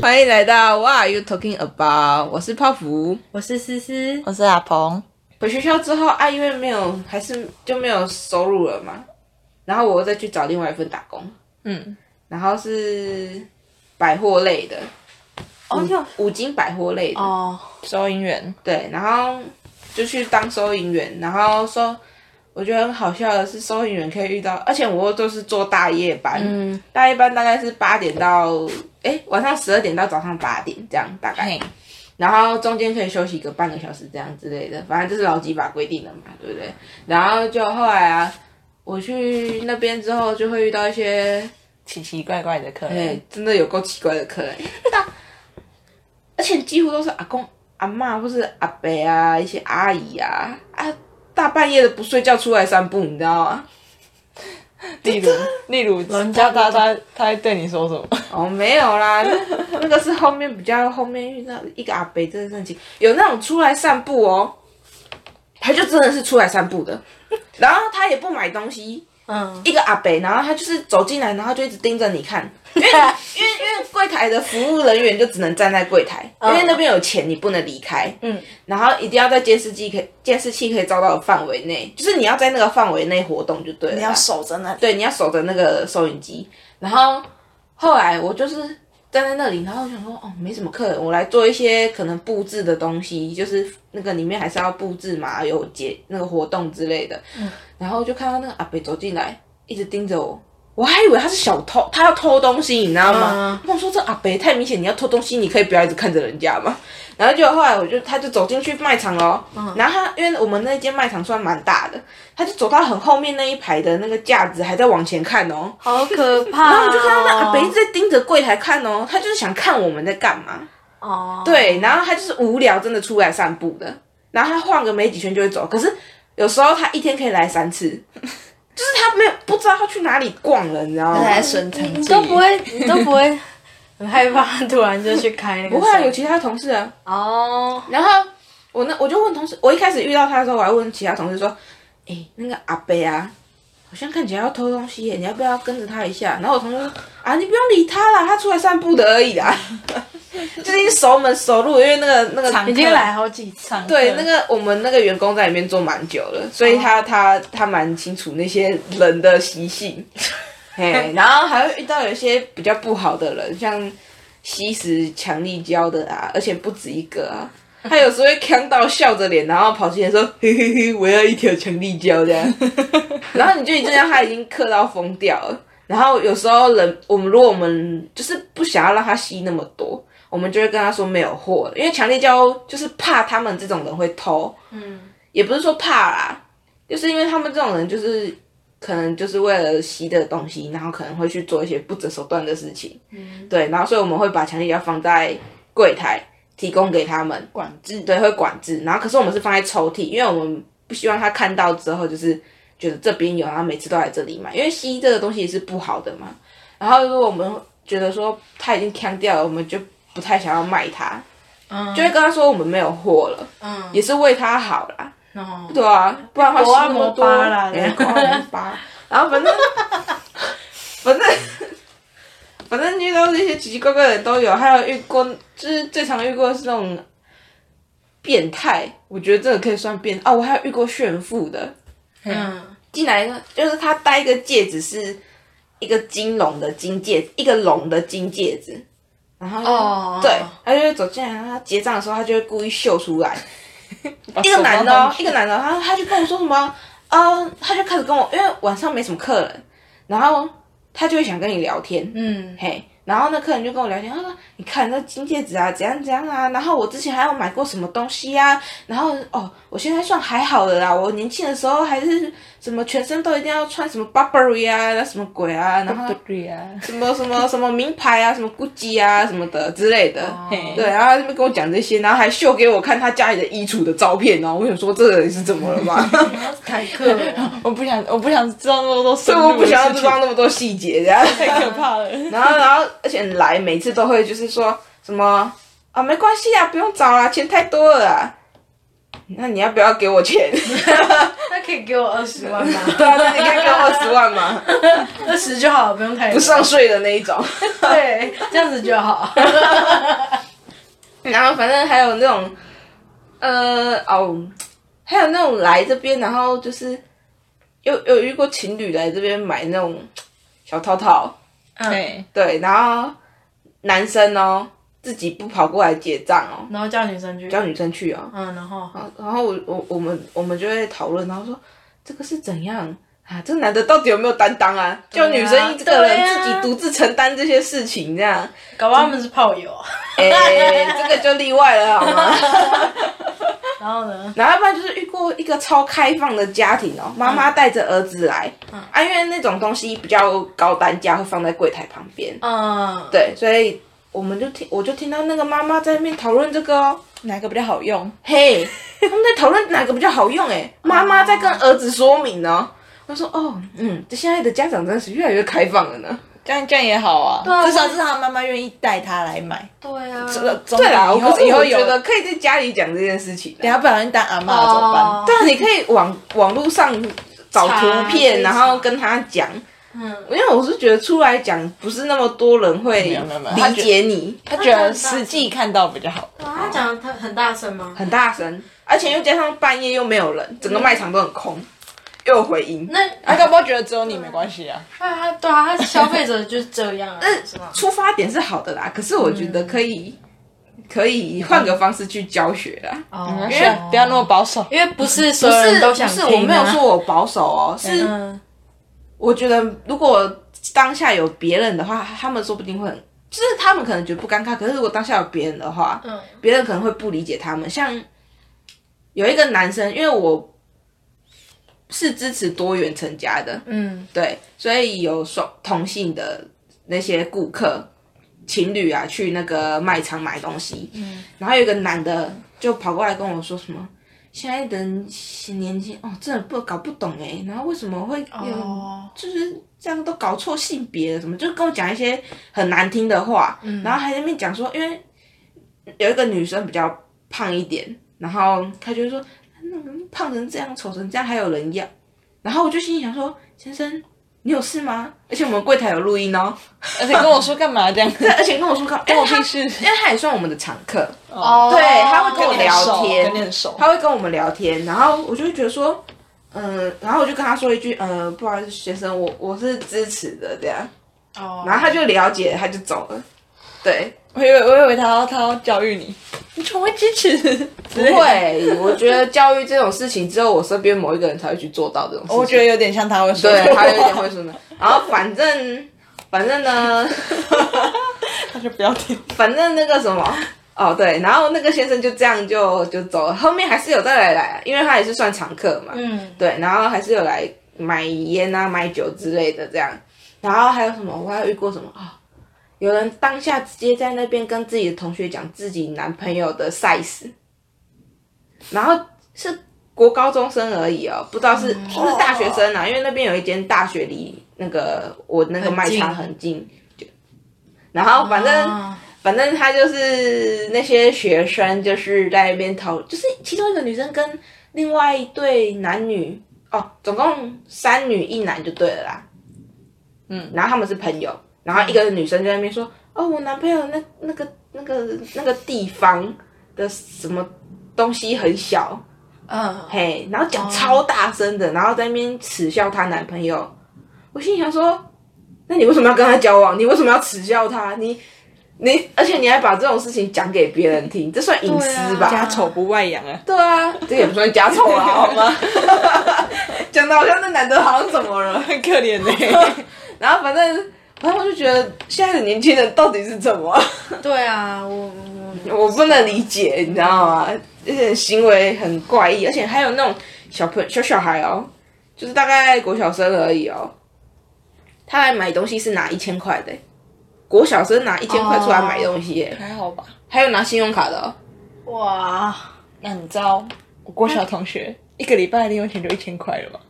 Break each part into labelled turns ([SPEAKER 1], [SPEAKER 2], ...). [SPEAKER 1] 欢迎来到 What are you talking about？我是泡芙，
[SPEAKER 2] 我是思思，
[SPEAKER 3] 我是阿鹏，
[SPEAKER 1] 回学校之后，啊，因为没有，还是就没有收入了嘛。然后我又再去找另外一份打工，
[SPEAKER 2] 嗯，
[SPEAKER 1] 然后是百货类的，
[SPEAKER 2] 哦
[SPEAKER 1] 五
[SPEAKER 2] 就
[SPEAKER 1] 五金百货类的，
[SPEAKER 2] 哦，
[SPEAKER 3] 收银员，
[SPEAKER 1] 对，然后就去当收银员，然后收，我觉得很好笑的是，收银员可以遇到，而且我又都是做大夜班，
[SPEAKER 2] 嗯，
[SPEAKER 1] 大夜班大概是八点到，哎，晚上十二点到早上八点这样大概
[SPEAKER 3] 嘿，
[SPEAKER 1] 然后中间可以休息个半个小时这样之类的，反正这是劳基法规定的嘛，对不对？然后就后来啊，我去那边之后就会遇到一些，
[SPEAKER 3] 奇奇怪怪的客
[SPEAKER 1] 哎
[SPEAKER 3] 人，，
[SPEAKER 1] 真的有够奇怪的客人，那而且几乎都是阿公、阿嬷或是阿伯啊，一些阿姨啊，啊，大半夜的不睡觉出来散步，你知道吗？
[SPEAKER 3] 例如例如，人家他他他会对你说什么？
[SPEAKER 1] 哦，没有啦，那那个是后面比较后面遇到一个阿伯，真的是很奇，有那种出来散步哦，他就真的是出来散步的，然后他也不买东西，
[SPEAKER 2] 嗯，
[SPEAKER 1] 一个阿伯，然后他就是走进来，然后就一直盯着你看，因为 因为因为柜台的服务人员就只能站在柜台，
[SPEAKER 3] 嗯
[SPEAKER 1] 因为那边有钱，你不能离开，
[SPEAKER 2] 嗯，
[SPEAKER 1] 然后一定要在监视器可以监视器可以照到的范围内，就是你要在那个范围内活动就对了啦，
[SPEAKER 3] 你要守着那里，
[SPEAKER 1] 对，你要守着那个收音机。然后后来我就是站在那里，然后我想说，哦，没什么客人，我来做一些可能布置的东西，就是那个里面还是要布置嘛，有节那个活动之类的。然后就看到那个阿北走进来，一直盯着我。我还以为他是小偷，他要偷东西，你知道吗？我想说这阿北太明显，你要偷东西，你可以不要一直看着人家嘛。然后就后来我就他就走进去卖场咯，然后他因为我们那间卖场算蛮大的，他就走到很后面那一排的那个架子，还在往前看哦。
[SPEAKER 2] 好可 怕、哦，
[SPEAKER 1] 然后我就看到那阿北一直在盯着柜台看哦，他就是想看我们在干嘛。
[SPEAKER 2] 哦，，
[SPEAKER 1] 对，然后他就是无聊，真的出来散步的。然后他晃个没几圈就会走，可是有时候他一天可以来三次， 就是他没有不知道他去哪里逛了，你知道吗？
[SPEAKER 3] 在生成
[SPEAKER 2] 你都不会，你都不会很害怕，突然就去开那个
[SPEAKER 1] 不
[SPEAKER 2] 手，
[SPEAKER 1] 会啊，有其他同事啊。
[SPEAKER 2] 哦，
[SPEAKER 1] 然后我那我就问同事，我一开始遇到他的时候，我还问其他同事说：“哎、那个阿北啊，好像看起来要偷东西耶，你要不要跟着他一下？”然后我同事说：“啊，你不用理他啦，他出来散步的而已啦， 就是一熟门熟路，因为那个那个
[SPEAKER 3] 常
[SPEAKER 2] 已经来好几次，
[SPEAKER 1] 对，那个我们那个员工在里面做蛮久了，所以他、他他蛮清楚那些人的习性，嘿，然后还会遇到有些比较不好的人，像吸食强力胶的啊，而且不止一个啊。他有时候会呛到笑着脸，然后跑进来说：“嘿嘿嘿，我要一条强力胶这样。”然后你就已经让他已经嗑到疯掉了。然后有时候人，我们如果我们就是不想要让他吸那么多，我们就会跟他说没有货了，因为强力胶就是怕他们这种人会偷，
[SPEAKER 2] 嗯，
[SPEAKER 1] 也不是说怕啦，就是因为他们这种人就是可能就是为了吸的东西，然后可能会去做一些不择手段的事情，
[SPEAKER 2] 嗯
[SPEAKER 1] 对，然后所以我们会把强力胶放在柜台提供给他们，
[SPEAKER 3] 管制
[SPEAKER 1] 对，会管制，然后可是我们是放在抽屉，因为我们不希望他看到之后就是觉得这边有，然后每次都来这里买，因为吸这个东西也是不好的嘛。然后如果我们觉得说他已经呛掉了，我们就不太想要卖他，
[SPEAKER 2] 嗯，
[SPEAKER 1] 就会跟他说我们没有货了，
[SPEAKER 2] 嗯，
[SPEAKER 1] 也是为他好啦。
[SPEAKER 2] 哦，
[SPEAKER 1] 对啊，不然的话
[SPEAKER 2] 国
[SPEAKER 1] 吸
[SPEAKER 2] 按
[SPEAKER 1] 那么
[SPEAKER 2] 摩
[SPEAKER 1] 多，
[SPEAKER 2] 吧啦
[SPEAKER 1] 哎国按摩吧然后反 正反正反正遇到这些奇奇怪怪的人都有，还有遇过就是最常遇过的是那种变态，我觉得这个可以算变啊，我还有遇过炫富的，
[SPEAKER 2] 嗯，
[SPEAKER 1] 进来呢，就是他戴一个戒指是一个金龙的金戒指，一个龙的金戒指，然后就
[SPEAKER 2] 哦
[SPEAKER 1] 对，他就会走进来，然后他结账的时候，他就会故意秀出来。 一
[SPEAKER 3] 一
[SPEAKER 1] 个男的、哦，一个男的，他他就跟我说什么，呃，他就开始跟我，因为晚上没什么客人，然后他就会想跟你聊天，
[SPEAKER 2] 嗯，
[SPEAKER 1] 嘿，然后那客人就跟我聊天，他说：“啊你看那金戒指啊，怎样怎样啊，然后我之前还有买过什么东西啊，然后哦，我现在算还好的啦，我年轻的时候还是什么全身都一定要穿什么 Burberry 啊，那什么鬼啊，然 后
[SPEAKER 3] 对啊，
[SPEAKER 1] 什么什么什么名牌啊，什么 Gucci 啊什么的之类的，
[SPEAKER 3] 嘿
[SPEAKER 1] 对，然后他就跟我讲这些，然后还秀给我看他家里的衣橱的照片哦，我想说这个人是怎么了吧？
[SPEAKER 2] 开课 哦，
[SPEAKER 3] 我不想我不想知道那么多深
[SPEAKER 1] 所以
[SPEAKER 3] 入
[SPEAKER 1] 我
[SPEAKER 3] 的事情，
[SPEAKER 1] 不想要知道那么多细节，这样。
[SPEAKER 3] 太可怕了。
[SPEAKER 1] 然后，然后，而且来每次都会就是说什么啊，没关系啊，不用找啦，钱太多了啊。那你要不要给我钱？
[SPEAKER 2] 那可以给我二十万吗？
[SPEAKER 1] 对啊，那你可以给我二十万嘛，
[SPEAKER 2] 二十就好，不用太多
[SPEAKER 1] 不啊上税的那一种。
[SPEAKER 2] 对，这样子 就好。
[SPEAKER 1] 然后反正还有那种，呃，哦，还有那种来这边，然后就是有有遇过情侣来这边买那种小套套，
[SPEAKER 2] 嗯，
[SPEAKER 3] 对，
[SPEAKER 1] 对，然后男生哦自己不跑过来结账哦，
[SPEAKER 2] 然后叫女生去，
[SPEAKER 1] 叫女生去哦，
[SPEAKER 2] 嗯，然后
[SPEAKER 1] 然后然后我我我们我们就会讨论，然后说这个是怎样啊？这男的到底有没有担当啊？
[SPEAKER 2] 对啊
[SPEAKER 1] 叫女生一个
[SPEAKER 2] 对
[SPEAKER 1] 人自
[SPEAKER 2] 啊
[SPEAKER 1] 己独自承担这些事情，这样，
[SPEAKER 2] 搞不好他们是炮友啊。
[SPEAKER 1] 哎、这个就例外了好吗？
[SPEAKER 2] 然后呢，
[SPEAKER 1] 然后要不然就是遇过一个超开放的家庭哦，妈
[SPEAKER 3] 嗯
[SPEAKER 1] 妈带着儿子来，啊，因为那种东西比较高单价，会放在柜台旁边，
[SPEAKER 2] 嗯，
[SPEAKER 1] 对，所以我们就听，我就听到那个妈妈在那边讨论这个哦，
[SPEAKER 3] 哪个比较好用？
[SPEAKER 1] 嘿，他们在讨论哪个比较好用哎，
[SPEAKER 3] 哦
[SPEAKER 1] 妈妈在跟儿子说明呢、我说哦，嗯，这现在的家长真是越来越开放了呢。
[SPEAKER 3] 这样这样也好啊，
[SPEAKER 2] 啊
[SPEAKER 3] 至少是他妈妈愿意带他来买。
[SPEAKER 2] 对啊，
[SPEAKER 1] 对啦，
[SPEAKER 3] 以
[SPEAKER 1] 我
[SPEAKER 3] 后
[SPEAKER 1] 可是
[SPEAKER 3] 以后
[SPEAKER 1] 我
[SPEAKER 3] 有
[SPEAKER 1] 觉得可以在家里讲这件事情啊。
[SPEAKER 3] 等下不小心当阿妈怎么办？
[SPEAKER 1] 对啊，你可以网网络上找图
[SPEAKER 2] 查
[SPEAKER 1] 片，然后
[SPEAKER 2] 查
[SPEAKER 1] 跟他讲。
[SPEAKER 2] 嗯，
[SPEAKER 1] 因为我是觉得出来讲，不是那么多人会
[SPEAKER 3] 没有没有没有他
[SPEAKER 1] 理解你，
[SPEAKER 3] 他觉得实际看到比较好。
[SPEAKER 2] 他讲的他很大声吗？
[SPEAKER 1] 很大声，而且又加上半夜又没有人，整个卖场都很空，又有回音。
[SPEAKER 2] 那
[SPEAKER 3] 他搞不好觉得只有你没关系啊？
[SPEAKER 2] 他他对啊，他消费者就是这样啊，是吗？
[SPEAKER 1] 出发点是好的啦，可是我觉得可以、可以换个方式去教学啦。
[SPEAKER 2] 哦
[SPEAKER 3] 没事啊，不要那么保守。
[SPEAKER 2] 因为不是所有人都想
[SPEAKER 1] 不
[SPEAKER 2] 听
[SPEAKER 1] 是
[SPEAKER 2] 啊
[SPEAKER 1] 我没有说我保守哦，是
[SPEAKER 2] 嗯，
[SPEAKER 1] 我觉得如果当下有别人的话，他们说不定会很，就是他们可能觉得不尴尬，可是如果当下有别人的话，
[SPEAKER 2] 嗯
[SPEAKER 1] 别人可能会不理解他们。像有一个男生，因为我是支持多元成家的，
[SPEAKER 2] 嗯
[SPEAKER 1] 对，所以有双同性的那些顾客情侣啊，去那个卖场买东西，嗯，然后有一个男的就跑过来跟我说什么。现在的年轻哦，真的不搞不懂哎，然后为什么会有、
[SPEAKER 2] 哦
[SPEAKER 1] 就是这样都搞错性别了，什么就跟我讲一些很难听的话，然后还在那边讲说，因为有一个女生比较胖一点，然后她就说，那个胖成这样，丑成这样，还有人要，然后我就心里想说，先生。你有事吗？而且我们柜台有录音哦，
[SPEAKER 3] 而且跟我说干嘛这样？
[SPEAKER 1] 对，而且跟我说看，跟
[SPEAKER 3] 我屁事
[SPEAKER 1] 因哎为他也算我们的常客，
[SPEAKER 2] 哦，
[SPEAKER 1] 对他会跟我
[SPEAKER 3] 跟你很熟
[SPEAKER 1] 聊天
[SPEAKER 3] 跟你很熟。
[SPEAKER 1] 他会跟我们聊天，然后我就会觉得说，嗯、然后我就跟他说一句，呃，不好意思，先生，我我是支持的这样，
[SPEAKER 2] 哦，
[SPEAKER 1] 然后他就了解，他就走了。对，
[SPEAKER 3] 我以为我以为他要他要教育你，你从未支持，不
[SPEAKER 1] 不，会，我觉得教育这种事情，只有我身边某一个人才会去做到这种事情。
[SPEAKER 3] 我觉得有点像他会说，
[SPEAKER 1] 对他有点会说呢。然后反正反正呢，
[SPEAKER 3] 他就不要听。
[SPEAKER 1] 反正那个什么。哦，对，然后那个先生就这样就就走了，后面还是有再来来，因为他也是算常客嘛，
[SPEAKER 2] 嗯，
[SPEAKER 1] 对，然后还是有来买烟啊、买酒之类的这样。然后还有什么？我还有遇过什么啊、有人当下直接在那边跟自己的同学讲自己男朋友的 size，然后是国高中生而已哦，不知道是、是不是大学生啊？因为那边有一间大学离那个我那个卖场很近，就然后反正。
[SPEAKER 2] 啊
[SPEAKER 1] 反正他就是那些学生，就是在那边讨，就是其中一个女生跟另外一对男女，哦，总共三女一男就对了啦。嗯，然后他们是朋友，然后一个女生就在那边说，哦，我男朋友那那个那个那个地方的什么东西很小，
[SPEAKER 2] 嗯，
[SPEAKER 1] 嘿，然后讲超大声的，然后在那边耻笑她男朋友。我心里想说，那你为什么要跟他交往？你为什么要耻笑他？你你，而且你还把这种事情讲给别人听，这算隐私吧？
[SPEAKER 2] 对啊
[SPEAKER 3] 家丑不外 扬啊，
[SPEAKER 1] 对啊，这也不算家丑啊，好吗？ 讲的好像那男的好像怎么了？
[SPEAKER 3] 很可怜的。
[SPEAKER 1] 然后反正。反正我就觉得现在的年轻人到底是怎么，
[SPEAKER 2] 对啊，我我
[SPEAKER 1] 我不能理解，你知道吗？这些行为很怪异，而且还有那种小朋小小孩哦，就是大概国小生而已哦，他来买东西是拿一千块的，国小生拿一千块出来买东西耶，
[SPEAKER 3] 还好吧？
[SPEAKER 1] 还有拿信用卡的、哦，
[SPEAKER 2] 哇，
[SPEAKER 3] 那你知道我国小同学
[SPEAKER 1] 嗯
[SPEAKER 3] 一个礼拜零用钱就一千块了吧？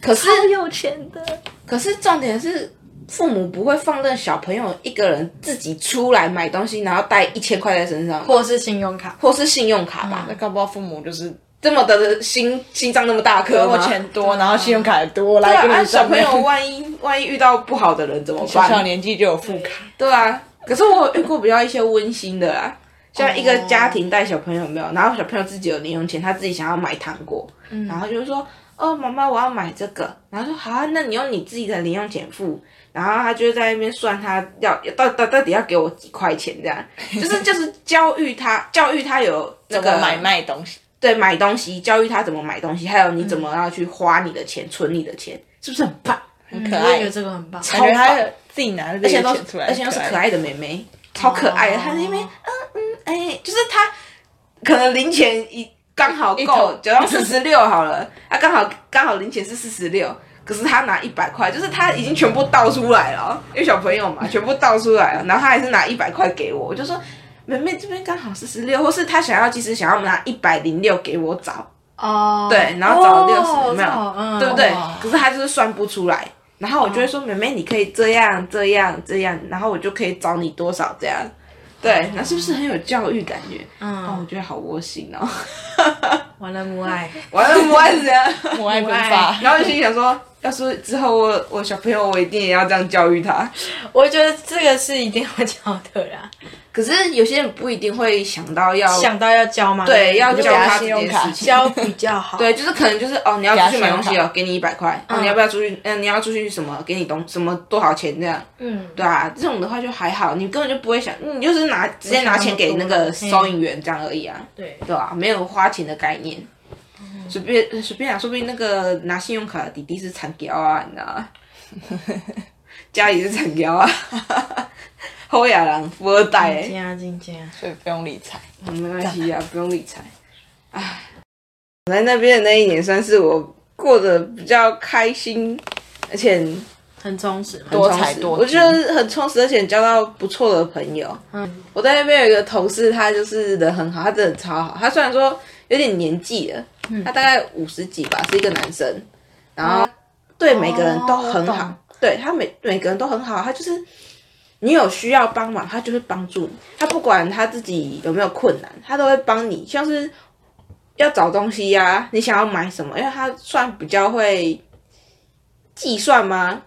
[SPEAKER 1] 可是
[SPEAKER 2] 有钱的，
[SPEAKER 1] 可是重点是。父母不会放任小朋友一个人自己出来买东西，然后带一千块在身上，或
[SPEAKER 2] 或是信用卡，
[SPEAKER 1] 或是信用卡吧。
[SPEAKER 3] 那搞不好父母就是
[SPEAKER 1] 这么的心心脏那么大颗
[SPEAKER 3] 如果
[SPEAKER 1] 吗？
[SPEAKER 3] 钱多，然后信用卡也多，来跟
[SPEAKER 1] 对啊，
[SPEAKER 3] 你
[SPEAKER 1] 小
[SPEAKER 3] 上
[SPEAKER 1] 朋
[SPEAKER 3] 面
[SPEAKER 1] 友 万一万一遇到不好的人怎么
[SPEAKER 3] 小小
[SPEAKER 1] 办？
[SPEAKER 3] 年纪就有副卡，
[SPEAKER 1] 对啊，可是我有遇过比较一些温馨的啦，像一个家庭带小朋友有
[SPEAKER 3] 哦
[SPEAKER 1] 没有，然后小朋友自己有零用钱，他自己想要买糖果，
[SPEAKER 3] 嗯
[SPEAKER 1] 然后就说哦妈妈我要买这个，然后说好啊，那你用你自己的零用钱付。然后他就在那边算他要到到到底要给我几块钱这样， 就是就是教育他教育他有那
[SPEAKER 3] 怎
[SPEAKER 1] 个
[SPEAKER 3] 么买卖嗯东西？
[SPEAKER 1] 对买东西，教育他怎么买东西，还有你怎么要去花你的钱、存你的钱，是不是很棒？
[SPEAKER 3] 很可
[SPEAKER 2] 嗯我也
[SPEAKER 3] 爱
[SPEAKER 2] 觉得，这个很棒。
[SPEAKER 3] 感觉他自己拿着这
[SPEAKER 1] 而且
[SPEAKER 3] 些
[SPEAKER 1] 都
[SPEAKER 3] 钱出
[SPEAKER 1] 是
[SPEAKER 3] 来，
[SPEAKER 1] 而且都是可，爱的妹妹，超可爱的。
[SPEAKER 2] 哦
[SPEAKER 1] 她在那边嗯嗯哎，就是她可能零钱一刚好够，假装四十六好了，她刚好刚好零钱是四十六，可是她拿一百块，就是她已经全部倒出来了，因为小朋友嘛，全部倒出来了，然后她还是拿一百块给我，我就说。妹妹这边刚好四十六，或是她想要，其实想要拿一百零六给我找，
[SPEAKER 2] 哦，
[SPEAKER 1] 对，然后找了六十、
[SPEAKER 2] 哦
[SPEAKER 1] 有没有？
[SPEAKER 2] 这好嗯，
[SPEAKER 1] 对不对
[SPEAKER 3] 哇？
[SPEAKER 1] 可是他就是算不出来。然后我就会说：“妹妹，你可以这样、这样、这样，然后我就可以找你多少这样。”对，那是不是很有教育感觉？哦，我
[SPEAKER 2] 嗯，
[SPEAKER 1] 觉得好窝心哦。
[SPEAKER 2] 完了母爱，
[SPEAKER 1] 完了，我也是这样。
[SPEAKER 3] 母爱分发，
[SPEAKER 1] 然后我心里想说，要是之后我我小朋友，我一定也要这样教育他。
[SPEAKER 2] 我觉得这个是一定要教的啦。
[SPEAKER 1] 可是有些人不一定会想到要
[SPEAKER 2] 想到要教吗？
[SPEAKER 1] 对要
[SPEAKER 3] 就
[SPEAKER 1] 教
[SPEAKER 3] 给他
[SPEAKER 1] 他这
[SPEAKER 3] 信用
[SPEAKER 1] 件
[SPEAKER 3] 卡
[SPEAKER 1] 事情。
[SPEAKER 2] 教比较好。
[SPEAKER 1] 对，就是可能就是哦，你要出去买东西
[SPEAKER 3] 给他信用
[SPEAKER 1] 哦，给你一百块。哦，你要不要出去？嗯，你要出去什么？给你东什么多少钱这样？
[SPEAKER 2] 嗯，
[SPEAKER 1] 对啊，这种的话就还好，你根本就不会想，你就是拿直接拿钱给那个收银员这样而已啊，
[SPEAKER 2] 对，
[SPEAKER 1] 嗯对嗯啊，没有花钱的概念，随便随便啊，说不定那个拿信用卡的弟弟是残雕啊，你知道 吗？家里是残雕啊，侯亚郎富二代、欸，
[SPEAKER 2] 进啊进进啊，
[SPEAKER 3] 所以不用理财。
[SPEAKER 1] 嗯没关系啊，不用理财。唉，我在那边的那一年算是我过得比较开心，而且
[SPEAKER 2] 很充实嘛。
[SPEAKER 3] 多才多
[SPEAKER 1] 我
[SPEAKER 3] 姿
[SPEAKER 1] 觉得很充实，而且交到不错的朋友。
[SPEAKER 2] 嗯，
[SPEAKER 1] 我在那边有一个同事，他就是人很好，他真的超好。他虽然说有点年纪了，他大概五十几吧，是一个男生，然后对每个人都很好，
[SPEAKER 2] 哦
[SPEAKER 1] 对他每每个人都很好。他就是你有需要帮忙，他就会帮助你。他不管他自己有没有困难，他都会帮你。像是要找东西呀、你想要买什么，因为他算比较会计算吗？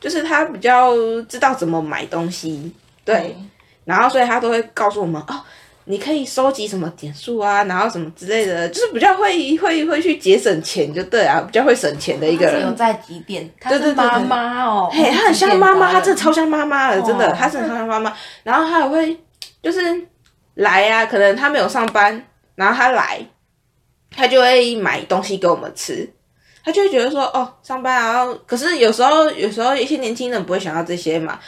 [SPEAKER 1] 就是他比较知道怎么买东西，对。
[SPEAKER 3] 嗯
[SPEAKER 1] 然后所以他都会告诉我们哦，你可以收集什么点数啊，然后什么之类的，就是比较会会会去节省钱，就对啊，比较会省钱的一个
[SPEAKER 4] 他是有
[SPEAKER 1] 人。
[SPEAKER 4] 在几点？他
[SPEAKER 1] 对对
[SPEAKER 4] 是
[SPEAKER 1] 对
[SPEAKER 4] 妈妈哦，
[SPEAKER 1] 嘿，他很像妈妈，他真
[SPEAKER 4] 这
[SPEAKER 1] 的超像妈妈的，真的，
[SPEAKER 4] 哇
[SPEAKER 1] 他真的超像妈妈。然后他也会就是来啊，可能他没有上班，然后他来，他就会买东西给我们吃。他就会觉得说，哦，上班啊，然后可是有时候，有时候一些年轻人不会想到这些嘛，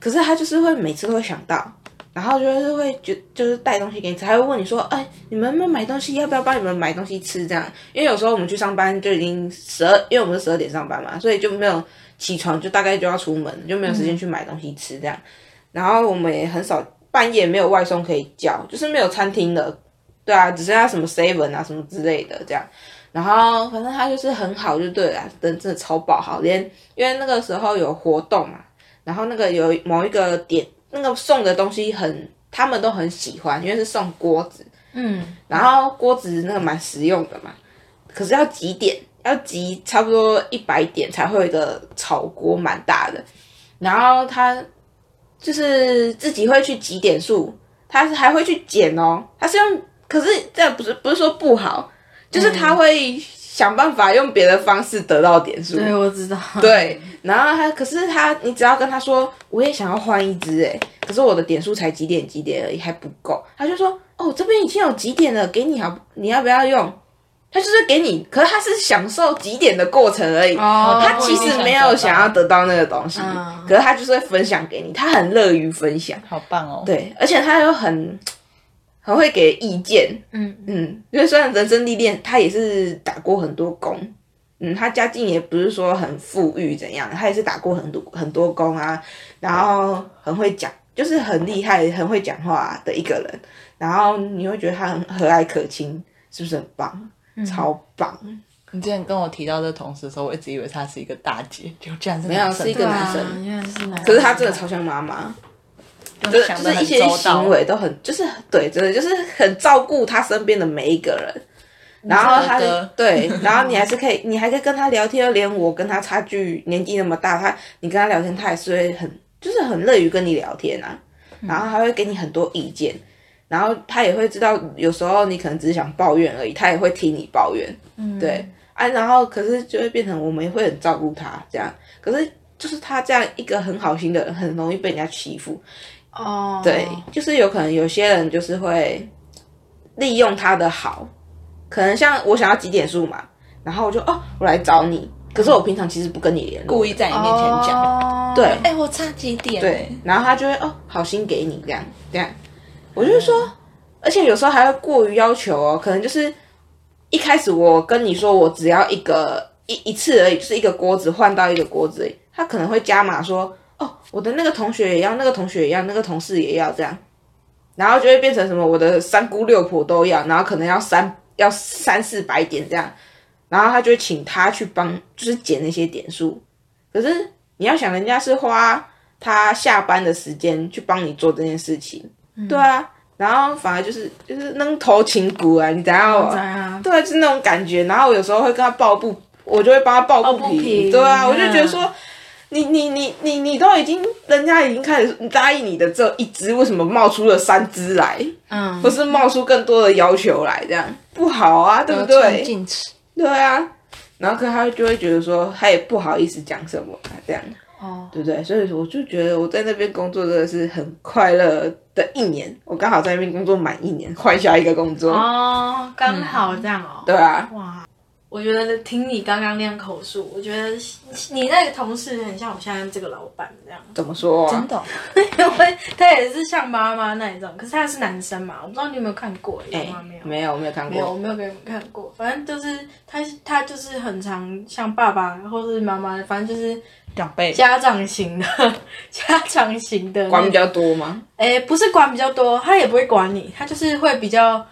[SPEAKER 1] 可是他就是会每次都会想到，然后就是会就就是带东西给你吃，还会问你说，哎，你们有没有买东西？要不要帮你们买东西吃？这样，因为有时候我们去上班就已经十二，因为我们是十二点上班嘛，所以就没有起床，就大概就要出门，就没有时间去买东西吃这样。然后我们也很少半夜没有外送可以叫，就是没有餐厅了，对啊，只剩下什么 seven 啊什么之类的这样。然后反正他就是很好就对了啊，真真的超爆好，连因为那个时候有活动嘛，然后那个有某一个点，那个送的东西很，他们都很喜欢，因为是送锅子，
[SPEAKER 2] 嗯，
[SPEAKER 1] 然后锅子那个蛮实用的嘛，可是要几点？要集差不多一百点才会有一个炒锅，蛮大的。然后他就是自己会去集点数，他还会去减哦，他是用，可是这不是不是说不好，就是他会想办法用别的方式得到点数。
[SPEAKER 2] 对，我知道。
[SPEAKER 1] 对，嗯然后他可是他，你只要跟他说，我也想要换一只哎，可是我的点数才几点几点而已，还不够。他就说，哦，这边已经有几点了，给你好，你要不要用？他就是给你，可是他是享受几点的过程而已，
[SPEAKER 2] 哦
[SPEAKER 1] 他其实没有想要得到那个东西，
[SPEAKER 2] 嗯
[SPEAKER 1] 可是他就是会分享给你，他很乐于分享，
[SPEAKER 3] 好棒哦！
[SPEAKER 1] 对，而且他又很很会给意见，
[SPEAKER 2] 嗯，
[SPEAKER 1] 嗯，因为虽然人生历练，他也是打过很多工，嗯，他家境也不是说很富裕怎样，他也是打过很多很多工啊，然后很会讲，就是很厉害、很会讲话的一个人，然后你会觉得他很和蔼可亲，是不是很棒？超棒！
[SPEAKER 3] 你之前跟我提到这同事的时候，我一直以为她是一个大姐，就这样是
[SPEAKER 1] 没有
[SPEAKER 3] 男生
[SPEAKER 1] 是一个
[SPEAKER 2] 对
[SPEAKER 1] 男
[SPEAKER 2] 啊
[SPEAKER 1] 生，
[SPEAKER 2] 原来是男生。
[SPEAKER 1] 可是他真的超像妈妈，
[SPEAKER 3] 就
[SPEAKER 1] 就是
[SPEAKER 3] 想
[SPEAKER 1] 就
[SPEAKER 3] 得
[SPEAKER 1] 是一
[SPEAKER 3] 很
[SPEAKER 1] 些
[SPEAKER 3] 周到
[SPEAKER 1] 行为都很，就是对，真的就是很照顾他身边的每一个人。然后他
[SPEAKER 3] 你唱的歌
[SPEAKER 1] 对，然后你还是可以，你还可以跟他聊天，连我跟他差距年纪那么大，他你跟他聊天，他也是会很就是很乐于跟你聊天啊，
[SPEAKER 3] 嗯
[SPEAKER 1] 然后他会给你很多意见，然后他也会知道有时候你可能只是想抱怨而已，他也会听你抱怨，
[SPEAKER 3] 嗯
[SPEAKER 1] 对啊，然后可是就会变成我们也会很照顾他这样，可是就是他这样一个很好心的人，很容易被人家欺负，
[SPEAKER 2] 哦，
[SPEAKER 1] 对，就是有可能有些人就是会利用他的好，可能像我想要几点数嘛，然后我就哦，我来找你，可是我平常其实不跟你联络，
[SPEAKER 3] 故意在你面前
[SPEAKER 1] 哦
[SPEAKER 3] 讲，
[SPEAKER 2] 讲
[SPEAKER 1] 对
[SPEAKER 3] 哎，我差几点？
[SPEAKER 1] 对，，然后他就会哦，好心给你这样这样，我就
[SPEAKER 3] 嗯
[SPEAKER 1] 说，而且有时候还会过于要求哦，可能就是一开始我跟你说我只要一个一一次而已，就是一个锅子换到一个锅子而已，他可能会加码说，哦，我的那个同学也要，那个同学也要，那个同事也要这样，然后就会变成什么我的三姑六婆都要，然后可能要三要三四百点这样，然后他就会请他去帮，就是减那些点数，可是。你要想，人家是花他下班的时间去帮你做这件事情，对啊，然后反而就是就是扔头情骨啊，你等下我
[SPEAKER 2] 对啊，
[SPEAKER 1] 对啊，就是那种感觉。然后我有时候会跟他抱不，我就会帮他抱不
[SPEAKER 2] 抱不
[SPEAKER 1] 平，
[SPEAKER 2] 平
[SPEAKER 1] 对啊，
[SPEAKER 2] 嗯
[SPEAKER 1] 我就觉得说，你你你你你都已经，人家已经开始答应你的这一只，为什么冒出了三只来，
[SPEAKER 2] 嗯，
[SPEAKER 1] 不是冒出更多的要求来，这样不好啊，对不对？
[SPEAKER 3] 禁止。
[SPEAKER 1] 对啊，然后可他就会觉得说，他也不好意思讲什么、啊，这样。
[SPEAKER 2] 哦，
[SPEAKER 1] 对不对？所以我就觉得我在那边工作真的是很快乐的一年，我刚好在那边工作满一年，换下一个工作。
[SPEAKER 2] 哦，刚好这样哦。
[SPEAKER 1] 对啊，
[SPEAKER 2] 哇，我觉得听你刚刚那样口述，我觉得你那个同事很像我现在这个老板这样，
[SPEAKER 1] 怎么说、啊
[SPEAKER 3] 真？的哦，
[SPEAKER 2] 因为他也是像妈妈那一种，可是他是男生嘛，我不知道你有没有看过，有
[SPEAKER 1] 哎
[SPEAKER 2] 吗？没有。
[SPEAKER 1] 没有，我没有看
[SPEAKER 2] 没哦有，
[SPEAKER 1] 过。
[SPEAKER 2] 我没有给你们看过。反正就是他，他就是很常像爸爸或是妈妈，反正就是
[SPEAKER 3] 长辈
[SPEAKER 2] 家长型的， 家长型的那
[SPEAKER 1] 管比较多 吗？
[SPEAKER 2] 诶，不是管比较多，他也不会管你，他就是会比较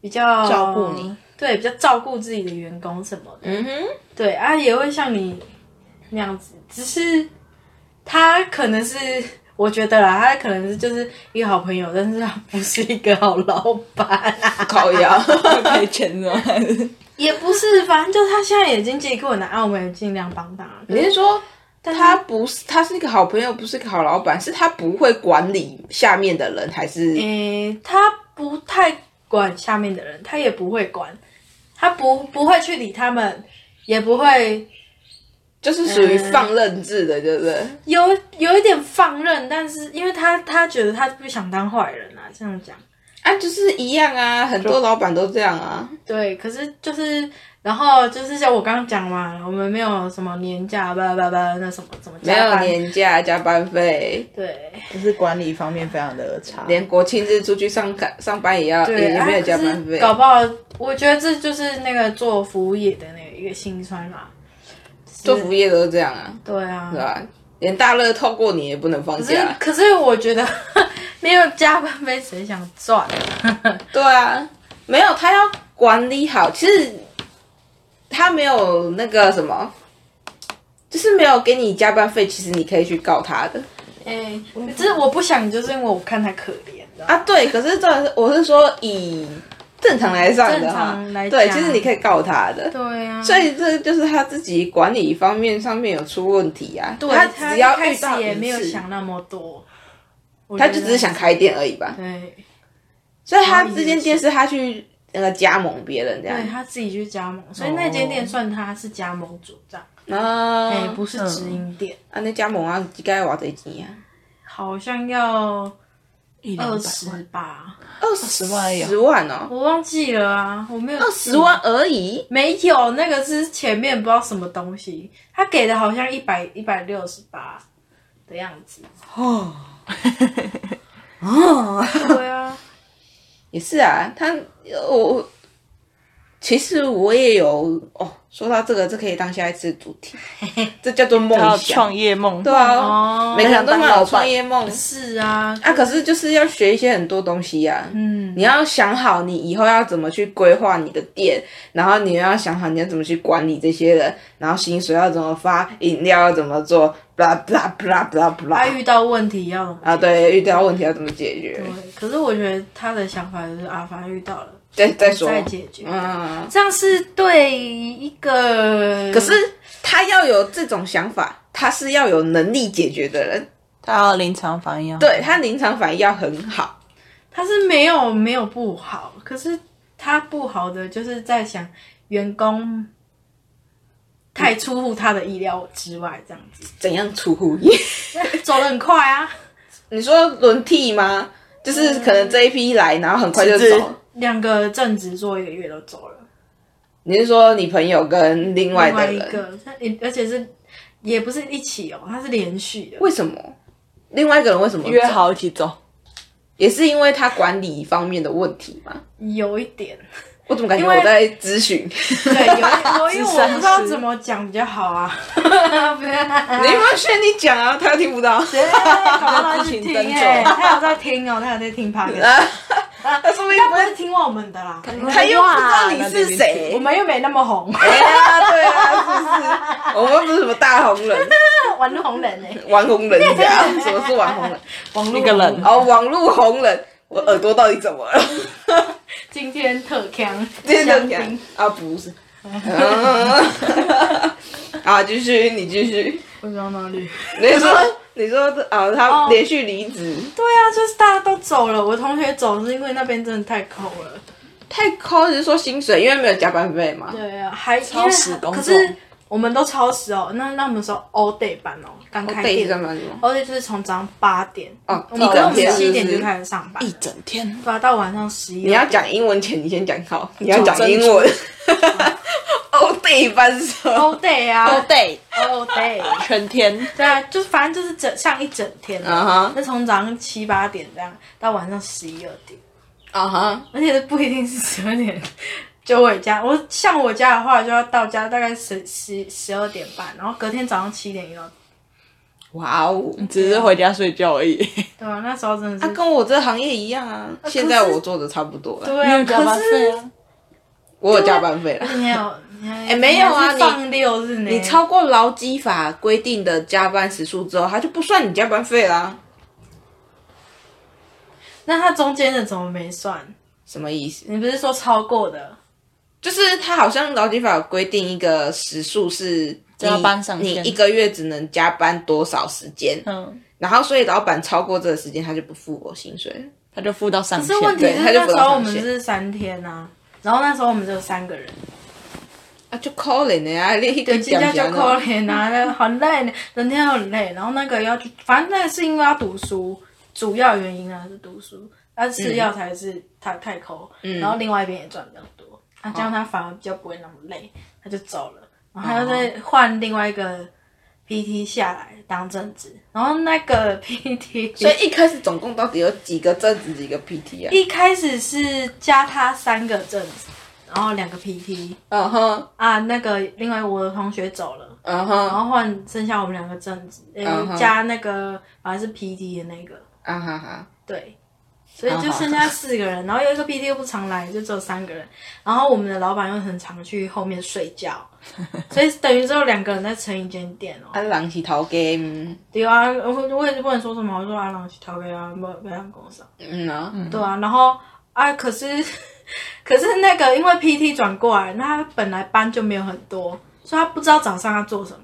[SPEAKER 2] 比较
[SPEAKER 3] 照顾你，
[SPEAKER 2] 对，比较照顾自己的员工什么的，
[SPEAKER 1] 嗯哼，
[SPEAKER 2] 对啊，也会像你那样子，只是他可能是我觉得啦，他可能是就是一个好朋友，但是他不是一个好老 板，
[SPEAKER 1] 烤 鸭。
[SPEAKER 3] 赔钱的，
[SPEAKER 2] 也不是，反正就是他现在也经济困难，啊，我们也尽量帮他。
[SPEAKER 1] 你是说他不是他是一个好朋友，不是一个好老板，是他不会管理下面的人，还是
[SPEAKER 2] 诶、他不太管下面的人，他也不会管，他不不会去理他们，也不会
[SPEAKER 1] 就是属于放任制的，对不对？
[SPEAKER 2] 有有一点放任，但是因为他他觉得他不想当坏人啊，这样讲。
[SPEAKER 1] 啊，就是一样啊，很多老板都这样啊。
[SPEAKER 2] 对，可是就是，然后就是像我刚刚讲嘛，我们没有什么年假，叭叭叭，那什么怎么
[SPEAKER 1] 没
[SPEAKER 2] 加
[SPEAKER 1] 有
[SPEAKER 2] 班，
[SPEAKER 1] 年啊假、加班费，
[SPEAKER 2] 对
[SPEAKER 3] 就是管理方面非常的差。
[SPEAKER 1] 连国庆日出去上课上班也要也
[SPEAKER 2] 啊对，
[SPEAKER 1] 也
[SPEAKER 2] 啊
[SPEAKER 1] 没有
[SPEAKER 2] 可
[SPEAKER 1] 加
[SPEAKER 2] 是
[SPEAKER 1] 班费。
[SPEAKER 2] 搞不好，我觉得这就是那个做服务业的那个一个辛酸啦。
[SPEAKER 1] 做服务业都是这样啊，
[SPEAKER 2] 对啊，
[SPEAKER 1] 对吧、连大乐透过你也不能放
[SPEAKER 2] 可是
[SPEAKER 1] 假，
[SPEAKER 2] 可是我觉得 没有加班费谁想赚啊？
[SPEAKER 1] 对啊，没有他要管理好，其实他没有那个什么，就是没有给你加班费，其实你可以去告他的
[SPEAKER 2] 哎、只是我不想，就是因为我看他可怜，你知道吗
[SPEAKER 1] 啊。对，可是这我是说以正常来上的话
[SPEAKER 2] 正常，来
[SPEAKER 1] 对，
[SPEAKER 2] 讲
[SPEAKER 1] 其实你可以告他的。
[SPEAKER 2] 对啊，
[SPEAKER 1] 所以这就是他自己管理方面上面有出问题啊，
[SPEAKER 2] 对
[SPEAKER 1] 他
[SPEAKER 2] 他
[SPEAKER 1] 只要
[SPEAKER 2] 一开
[SPEAKER 1] 遇
[SPEAKER 2] 始
[SPEAKER 1] 到
[SPEAKER 2] 也
[SPEAKER 1] 一
[SPEAKER 2] 没有
[SPEAKER 1] 次
[SPEAKER 2] 想那么多，我
[SPEAKER 1] 他
[SPEAKER 2] 觉
[SPEAKER 1] 就
[SPEAKER 2] 得
[SPEAKER 1] 只是想开店而已吧。
[SPEAKER 2] 对，
[SPEAKER 1] 所以他这间店是他去那个加盟别人这样
[SPEAKER 2] 对，哎他自己去加
[SPEAKER 1] 哦
[SPEAKER 2] 盟，所以那间店算他是加盟主这样，
[SPEAKER 1] 啊，
[SPEAKER 2] 哎、不是直营店，
[SPEAKER 1] 啊那加盟啊，大概偌侪钱啊？
[SPEAKER 2] 好像要
[SPEAKER 3] 一两
[SPEAKER 2] 二
[SPEAKER 3] 百
[SPEAKER 2] 十吧，
[SPEAKER 1] 二
[SPEAKER 3] 十万而已啊
[SPEAKER 1] 十万哦，
[SPEAKER 2] 我忘记了啊，我没有
[SPEAKER 1] 二十万而已。
[SPEAKER 2] 没有，那个是前面不知道什么东西，他给的好像一百一百六十八的样子。
[SPEAKER 1] 哦，哦，
[SPEAKER 2] 对啊，
[SPEAKER 1] 也是啊，他我其实我也有哦。说到这个，这可以当下一次主题，这叫做梦
[SPEAKER 3] 要
[SPEAKER 1] 想
[SPEAKER 3] 创，业梦，
[SPEAKER 1] 对啊，
[SPEAKER 2] 哦，
[SPEAKER 1] 每个人都
[SPEAKER 3] 想
[SPEAKER 1] 蛮
[SPEAKER 3] 当老
[SPEAKER 1] 有
[SPEAKER 3] 板
[SPEAKER 1] 创业梦
[SPEAKER 2] 是啊，
[SPEAKER 1] 啊，可是就是要学一些很多东西呀、啊。
[SPEAKER 2] 嗯，
[SPEAKER 1] 你要想好你以后要怎么去规划你的店，然后你要想好你要怎么去管理这些人，然后薪水要怎么发，饮料要怎么做，blah blah blah blah
[SPEAKER 2] 他
[SPEAKER 1] blah。
[SPEAKER 2] 遇到问题
[SPEAKER 1] 啊
[SPEAKER 2] 要怎么
[SPEAKER 1] 啊，对，遇到问题要怎么解决？
[SPEAKER 2] 对，可是我觉得他的想法就是啊，反正遇到了，
[SPEAKER 1] 再再说，
[SPEAKER 2] 再解决
[SPEAKER 1] 嗯，
[SPEAKER 2] 这样是对一个，
[SPEAKER 1] 可是他要有这种想法，他是要有能力解决的人，
[SPEAKER 3] 他要临场反应啊。
[SPEAKER 1] 对他临场反应要很好，
[SPEAKER 2] 他是没有没有不好，可是他不好的就是在想员工太出乎他的意料之外，这样 子
[SPEAKER 1] 怎样出乎意？
[SPEAKER 2] 走得很快啊，
[SPEAKER 1] 你说轮替吗？就是可能这一批来，然后很快
[SPEAKER 2] 嗯
[SPEAKER 1] 就
[SPEAKER 3] 辞职
[SPEAKER 1] 走。
[SPEAKER 2] 两个正职做一个月都走了，
[SPEAKER 1] 你是说你朋友跟另外
[SPEAKER 2] 另外
[SPEAKER 1] 的
[SPEAKER 2] 一
[SPEAKER 1] 人？
[SPEAKER 2] 个，他而且是也不是一起哦，他是连续的，
[SPEAKER 1] 为什么？另外一个人为什么走
[SPEAKER 3] 约好一起走，
[SPEAKER 1] 也是因为他管理方面的问题吗？
[SPEAKER 2] 有一点，
[SPEAKER 1] 我怎么感觉
[SPEAKER 2] 因为
[SPEAKER 1] 我在咨询？
[SPEAKER 2] 对，有一点，我因为
[SPEAKER 3] 智商
[SPEAKER 2] 我
[SPEAKER 3] 是
[SPEAKER 2] 不知道怎么讲比较好啊，
[SPEAKER 1] 你有没有劝你讲啊？他又听不到。
[SPEAKER 2] 他有在
[SPEAKER 3] 情
[SPEAKER 2] 听
[SPEAKER 3] 灯
[SPEAKER 2] 哎，
[SPEAKER 3] 走
[SPEAKER 2] 他有在听哦，他有在听 p o d
[SPEAKER 1] 他说不定
[SPEAKER 2] 他
[SPEAKER 1] 不
[SPEAKER 2] 不
[SPEAKER 1] 会
[SPEAKER 2] 是听我们的啦，
[SPEAKER 1] 他又不知
[SPEAKER 2] 啊
[SPEAKER 1] 道你是谁
[SPEAKER 2] 我。们又没那么 红，
[SPEAKER 1] 哎呀，对啊，是不是？我们不是什么大红人，
[SPEAKER 2] 玩红人哎、
[SPEAKER 1] 网红人欸家。什么是网红人？
[SPEAKER 2] 网络
[SPEAKER 3] 一个人
[SPEAKER 1] 哦，网络红人。我耳朵到底怎么了？
[SPEAKER 2] 今天特强，
[SPEAKER 1] 这
[SPEAKER 2] 香
[SPEAKER 1] 个
[SPEAKER 2] 槟
[SPEAKER 1] 啊，不是。嗯啊，继续，你继续。
[SPEAKER 2] 我讲到哪里？
[SPEAKER 1] 你说，你说啊，他
[SPEAKER 2] 哦
[SPEAKER 1] 连续离职，
[SPEAKER 2] 对啊，就是大家都走了，我同学走是因为那边真的太抠了。
[SPEAKER 1] 太抠，你是说薪水，因为没有加班费嘛？
[SPEAKER 2] 对啊，还因为
[SPEAKER 3] 超时工作
[SPEAKER 2] 可是我们都超时哦，那那我们说 all day 班哦，刚开
[SPEAKER 1] 对，是
[SPEAKER 2] 店
[SPEAKER 1] 干嘛什么？
[SPEAKER 2] all day 就是从早上八点，
[SPEAKER 1] 哦
[SPEAKER 2] 我们
[SPEAKER 1] 一
[SPEAKER 2] 跟
[SPEAKER 1] 整
[SPEAKER 2] 我
[SPEAKER 1] 天
[SPEAKER 2] 们七点
[SPEAKER 1] 是不是
[SPEAKER 2] 就开始上班
[SPEAKER 3] 一，整天。
[SPEAKER 2] 对啊，到晚上十一。
[SPEAKER 1] 你要讲英文前，你先讲好，你要讲英文。 哦，对，班手。
[SPEAKER 2] all day 啊
[SPEAKER 3] day，
[SPEAKER 2] all day，
[SPEAKER 3] 全天。
[SPEAKER 2] 对啊，就是反正就是整像一整天啊
[SPEAKER 1] 啊哈，
[SPEAKER 2] 那从早上七八点这样到晚上十一二点，
[SPEAKER 1] 啊哈，
[SPEAKER 2] 而且不一定是十二点就回家。我像我家的话，就要到家大概十十十二点半，然后隔天早上七点又要。
[SPEAKER 1] 哇哦！
[SPEAKER 3] 只是回家睡觉而已。
[SPEAKER 2] 对啊，那时候真的
[SPEAKER 1] 他
[SPEAKER 2] 是。
[SPEAKER 1] 跟我这行业一样啊，现在我做的差不多了，
[SPEAKER 2] 对
[SPEAKER 3] 没
[SPEAKER 2] 啊，
[SPEAKER 3] 有加班
[SPEAKER 2] 可
[SPEAKER 3] 费
[SPEAKER 2] 是
[SPEAKER 3] 啊？
[SPEAKER 1] 我有加班费了。
[SPEAKER 2] 你有你还
[SPEAKER 1] 哎没有啊
[SPEAKER 2] 你还是放六日呢，
[SPEAKER 1] 你超过劳基法规定的加班时数之后，他就不算你加班费啦。
[SPEAKER 2] 那他中间的怎么没算？
[SPEAKER 1] 什么意思？
[SPEAKER 2] 你不是说超过的？
[SPEAKER 1] 就是他好像劳基法有规定一个时数是你
[SPEAKER 3] 加班上
[SPEAKER 1] 你
[SPEAKER 3] 限
[SPEAKER 1] 一个月只能加班多少时间，
[SPEAKER 3] 嗯，
[SPEAKER 1] 然后所以老板超过这个时间，他就不付我薪水了。
[SPEAKER 3] 他就付到上
[SPEAKER 2] 可
[SPEAKER 3] 限
[SPEAKER 2] 是。问题
[SPEAKER 1] 对
[SPEAKER 2] 是
[SPEAKER 1] 他就
[SPEAKER 2] 那
[SPEAKER 1] 不
[SPEAKER 2] 时
[SPEAKER 1] 能
[SPEAKER 2] 候我
[SPEAKER 1] 上
[SPEAKER 2] 们
[SPEAKER 1] 线
[SPEAKER 2] 是三天啊，然后那时候我们只有三个人，
[SPEAKER 1] 啊，就可怜的啊，你一个
[SPEAKER 2] 对，今天就可怜啊，那好累呢，整天很累。然后那个要去，反正那是因为要读书，主要原因啊是读书，但是药材是他太抠，然后另外一边也赚比较多，那这样他反而比较不会那么累，他就走了，然后他又再换另外一个 PT 下来当正职，然后那个 PT
[SPEAKER 1] 所以一开始总共到底有几个正职，几个 PT 啊？
[SPEAKER 2] 一开始是加他三个正职，然后两个 PT
[SPEAKER 1] 嗯哼，
[SPEAKER 2] 啊，那个另外我的同学走了。
[SPEAKER 1] 嗯
[SPEAKER 2] 然
[SPEAKER 1] 哼，
[SPEAKER 2] 后换剩下我们两个正职，呃、
[SPEAKER 1] 嗯哼
[SPEAKER 2] 加那个好像是 PT 的那个，
[SPEAKER 1] 啊哈哈，
[SPEAKER 2] 对，所以就剩下四个人。然后有一个 PT 又不常来，就只有三个人。然后我们的老板又很常去后面睡觉， 所以等于只有两个人在撑一间店哦。
[SPEAKER 1] 啊，人是头家，嗯
[SPEAKER 2] 对啊，我我也是不能说什么，我说阿郎去逃给啊，没没让公司啊。
[SPEAKER 1] 嗯啊，
[SPEAKER 2] 对啊，然后啊，可是可是那个因为 PT 转过来，那他本来班就没有很多，所以他不知道早上要做什么。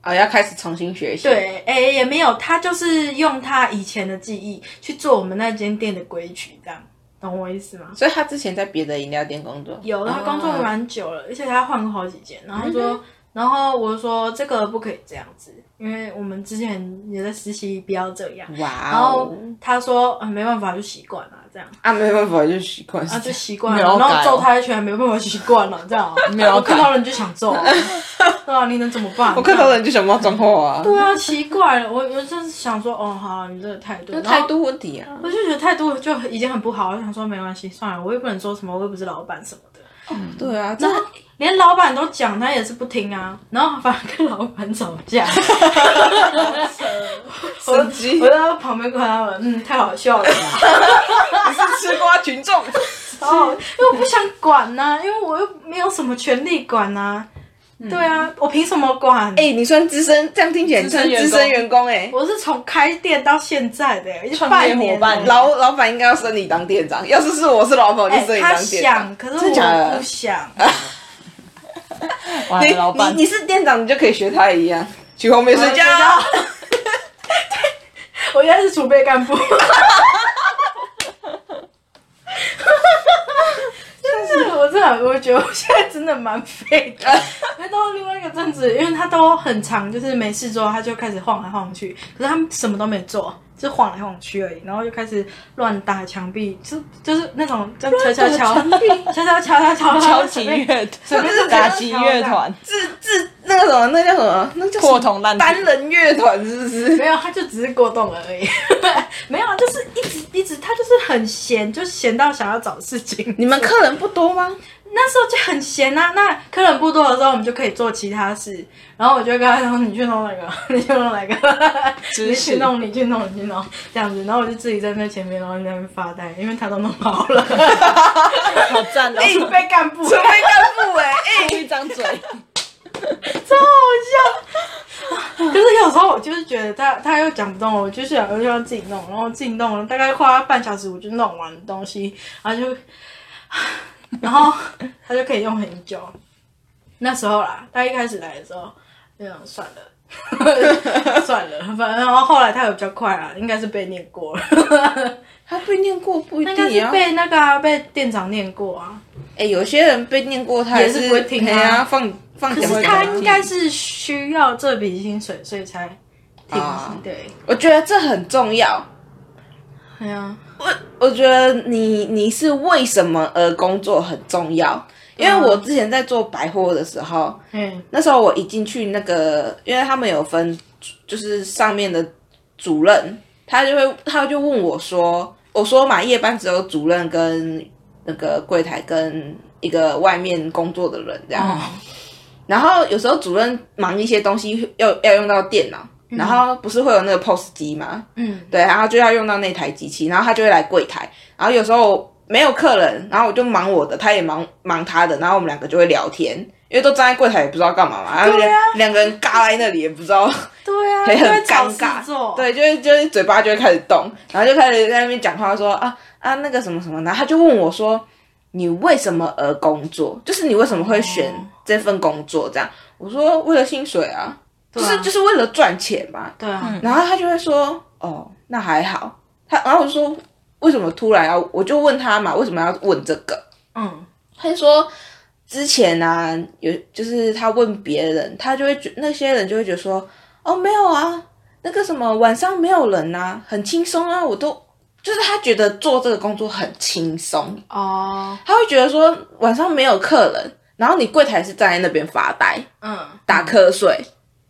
[SPEAKER 1] 啊，要开始重新学习。，
[SPEAKER 2] 对，哎、也没有，他就是用他以前的记忆去做我们那间店的规矩，这样，懂我意思吗？
[SPEAKER 1] 所以他之前在别的饮料店工作，
[SPEAKER 2] 有，啊他工作
[SPEAKER 1] 哦嗯
[SPEAKER 2] 蛮久了，而且他换过好几间，然后说，然后我就说这个不可以这样子，因为我们之前也在实习，不要这样。
[SPEAKER 1] 哇
[SPEAKER 2] 然后
[SPEAKER 1] 哦，
[SPEAKER 2] 他说，啊，没办法，就习惯了这样，
[SPEAKER 1] 啊，没办法，就习惯
[SPEAKER 2] 啊，
[SPEAKER 1] 是
[SPEAKER 2] 就习惯了，
[SPEAKER 3] 没有
[SPEAKER 2] 然
[SPEAKER 3] 改
[SPEAKER 2] 后
[SPEAKER 3] 哦
[SPEAKER 2] 揍他一拳，没办法，习惯了这样啊，
[SPEAKER 3] 没有
[SPEAKER 2] 我看
[SPEAKER 3] 改
[SPEAKER 2] 到人就想揍啊，对啊，你能怎么办？
[SPEAKER 1] 我看到人就想骂脏话啊，
[SPEAKER 2] 对啊，奇怪了，我我就是想说，哦，好啊，你这个态度，
[SPEAKER 1] 那
[SPEAKER 2] 然后
[SPEAKER 1] 态度问题啊。
[SPEAKER 2] 我就觉得态度就已经很不好，我想说没关系，算了，我也不能说什么，我又不是老板什么的，
[SPEAKER 1] 对啊，这
[SPEAKER 2] 连老板都讲，他也是不听啊，然后反而跟老板吵架，
[SPEAKER 1] 神机，
[SPEAKER 2] 我
[SPEAKER 1] 我
[SPEAKER 2] 在旁边看他们，嗯，太好笑了，
[SPEAKER 1] 是吃瓜群众。
[SPEAKER 2] 哦啊然后因为我不想管呐、因为我又没有什么权利管呐、对啊，我凭什么管？
[SPEAKER 1] 哎、你算资深，这样听起来你算资
[SPEAKER 3] 资
[SPEAKER 1] 深
[SPEAKER 3] 深
[SPEAKER 1] 员
[SPEAKER 3] 员
[SPEAKER 1] 工哎、
[SPEAKER 2] 我是从开店到现在的，已经
[SPEAKER 3] 创业
[SPEAKER 2] 半
[SPEAKER 3] 伙
[SPEAKER 2] 年
[SPEAKER 3] 伴
[SPEAKER 2] 了
[SPEAKER 1] 老老板应该要升你当店长，要是是我是老板，我就
[SPEAKER 2] 哎
[SPEAKER 1] 升你
[SPEAKER 2] 他
[SPEAKER 1] 当店长。
[SPEAKER 2] 想，可是
[SPEAKER 1] 真假的
[SPEAKER 2] 我不想。
[SPEAKER 3] 完
[SPEAKER 1] 你
[SPEAKER 3] 了，老板
[SPEAKER 1] 你，你是店长，你就可以学他一样，去后面睡 觉。
[SPEAKER 2] 我应该是储备干 部。就是我真的，我觉得我现在真的蛮废的。那到另外一个阵子，因为他都很长，就是没事做，他就开始晃来晃去。可是他什么都没做，就晃来晃去而已。然后就开始乱打墙壁，就就是那种这样敲敲敲， 敲敲敲敲 敲
[SPEAKER 3] 敲击乐
[SPEAKER 2] 随便随便
[SPEAKER 3] 打击乐团，
[SPEAKER 1] 自自那个什么，那叫什么？那叫什么
[SPEAKER 3] 破铜烂铁
[SPEAKER 1] 单人乐团是不是？
[SPEAKER 2] 没有，他就只是过动而已。 没有，啊就是一直一直，他就是很闲，就闲到想要找事情。
[SPEAKER 1] 你们客人不多吗？
[SPEAKER 2] 那时候就很闲啊。那客人不多的时候，我们就可以做其他事。然后我就跟他说：“你去弄那个， 你去弄那个，你
[SPEAKER 3] 知识
[SPEAKER 2] 去弄，你去弄，你去弄。”这样子，然后我就自己站在前面，然后在那边发呆，因为他都弄好 了，
[SPEAKER 3] 好赞 哦！
[SPEAKER 2] 储备干 部，欸
[SPEAKER 1] 准备干部哎、哎、
[SPEAKER 3] 一张嘴，
[SPEAKER 2] 超好笑。 可是有时候我就是觉得他他又讲不动，我就想我就要自己弄，然后自己弄了大概花半小时，我就弄完东西，然后就，然后 他就可以用很久。那时候啦，他一开始来的时候，就想算了， 算了，反正然后后来他有比较快啦，应该是被念过 了，
[SPEAKER 1] 他被念过 不一
[SPEAKER 2] 应该
[SPEAKER 1] 定
[SPEAKER 2] 是
[SPEAKER 1] 也要。哎、
[SPEAKER 2] 被那个、啊、被店长念过啊。
[SPEAKER 1] 哎有些人被念过，他
[SPEAKER 2] 也
[SPEAKER 1] 是
[SPEAKER 2] 是不会听啊
[SPEAKER 1] 哎呀放放
[SPEAKER 2] 可
[SPEAKER 1] 讲
[SPEAKER 2] 是
[SPEAKER 1] 不
[SPEAKER 2] 他
[SPEAKER 1] 讲
[SPEAKER 2] 应该是需要这笔薪水，所以才停
[SPEAKER 1] 啊
[SPEAKER 2] 止。对，
[SPEAKER 1] 我觉得这很重要。
[SPEAKER 2] 对啊。
[SPEAKER 1] 我我觉得你你是为什么而工作很重要，因为我之前在做百货的时候，
[SPEAKER 2] 嗯
[SPEAKER 1] 那时候我一进去那个，因为他们有分，就是上面的主任，他就会他就问我说，我说嘛夜班只有主任跟那个柜台跟一个外面工作的人这样，然后有时候主任忙一些东西要要用到电脑，然后不是会有那个 POS 机吗？
[SPEAKER 2] 嗯，
[SPEAKER 1] 对，然后就要用到那台机器，然后他就会来柜台，然后有时候没有客人，然后我就忙我的，他也忙忙他的，然后我们两个就会聊天，因为都站在柜台也不知道干嘛嘛，然后
[SPEAKER 2] 对
[SPEAKER 1] 两、
[SPEAKER 2] 啊
[SPEAKER 1] 两个人尬在那里也不知道，
[SPEAKER 2] 对啊，
[SPEAKER 1] 也
[SPEAKER 2] 就
[SPEAKER 1] 很
[SPEAKER 2] 会找
[SPEAKER 1] 尴
[SPEAKER 2] 事
[SPEAKER 1] 尬，
[SPEAKER 2] 做，
[SPEAKER 1] 对，就会就是嘴巴就会开始动，然后就开始在那边讲话说啊啊那个什么什么，然后他就问我说你为什么而工作？就是你为什么会选
[SPEAKER 2] 哦
[SPEAKER 1] 这份工作？这样我说为了薪水啊，就
[SPEAKER 2] 啊
[SPEAKER 1] 是就是为了赚钱嘛，
[SPEAKER 2] 对啊，
[SPEAKER 1] 然后他就会说：“哦，那还好。”他然后我就说：“为什么突然要？”我就问他嘛，为什么要问这个？
[SPEAKER 2] 嗯，
[SPEAKER 1] 他就说：“之前啊，有就是他问别人，他就会觉那些人就会觉得说：‘哦，没有啊，那个什么晚上没有人啊，很轻松啊。’我都就是他觉得做这个工作很轻松，
[SPEAKER 2] 哦，
[SPEAKER 1] 他会觉得说晚上没有客人，然后你柜台是站在那边发呆，
[SPEAKER 2] 嗯，
[SPEAKER 1] 打瞌睡，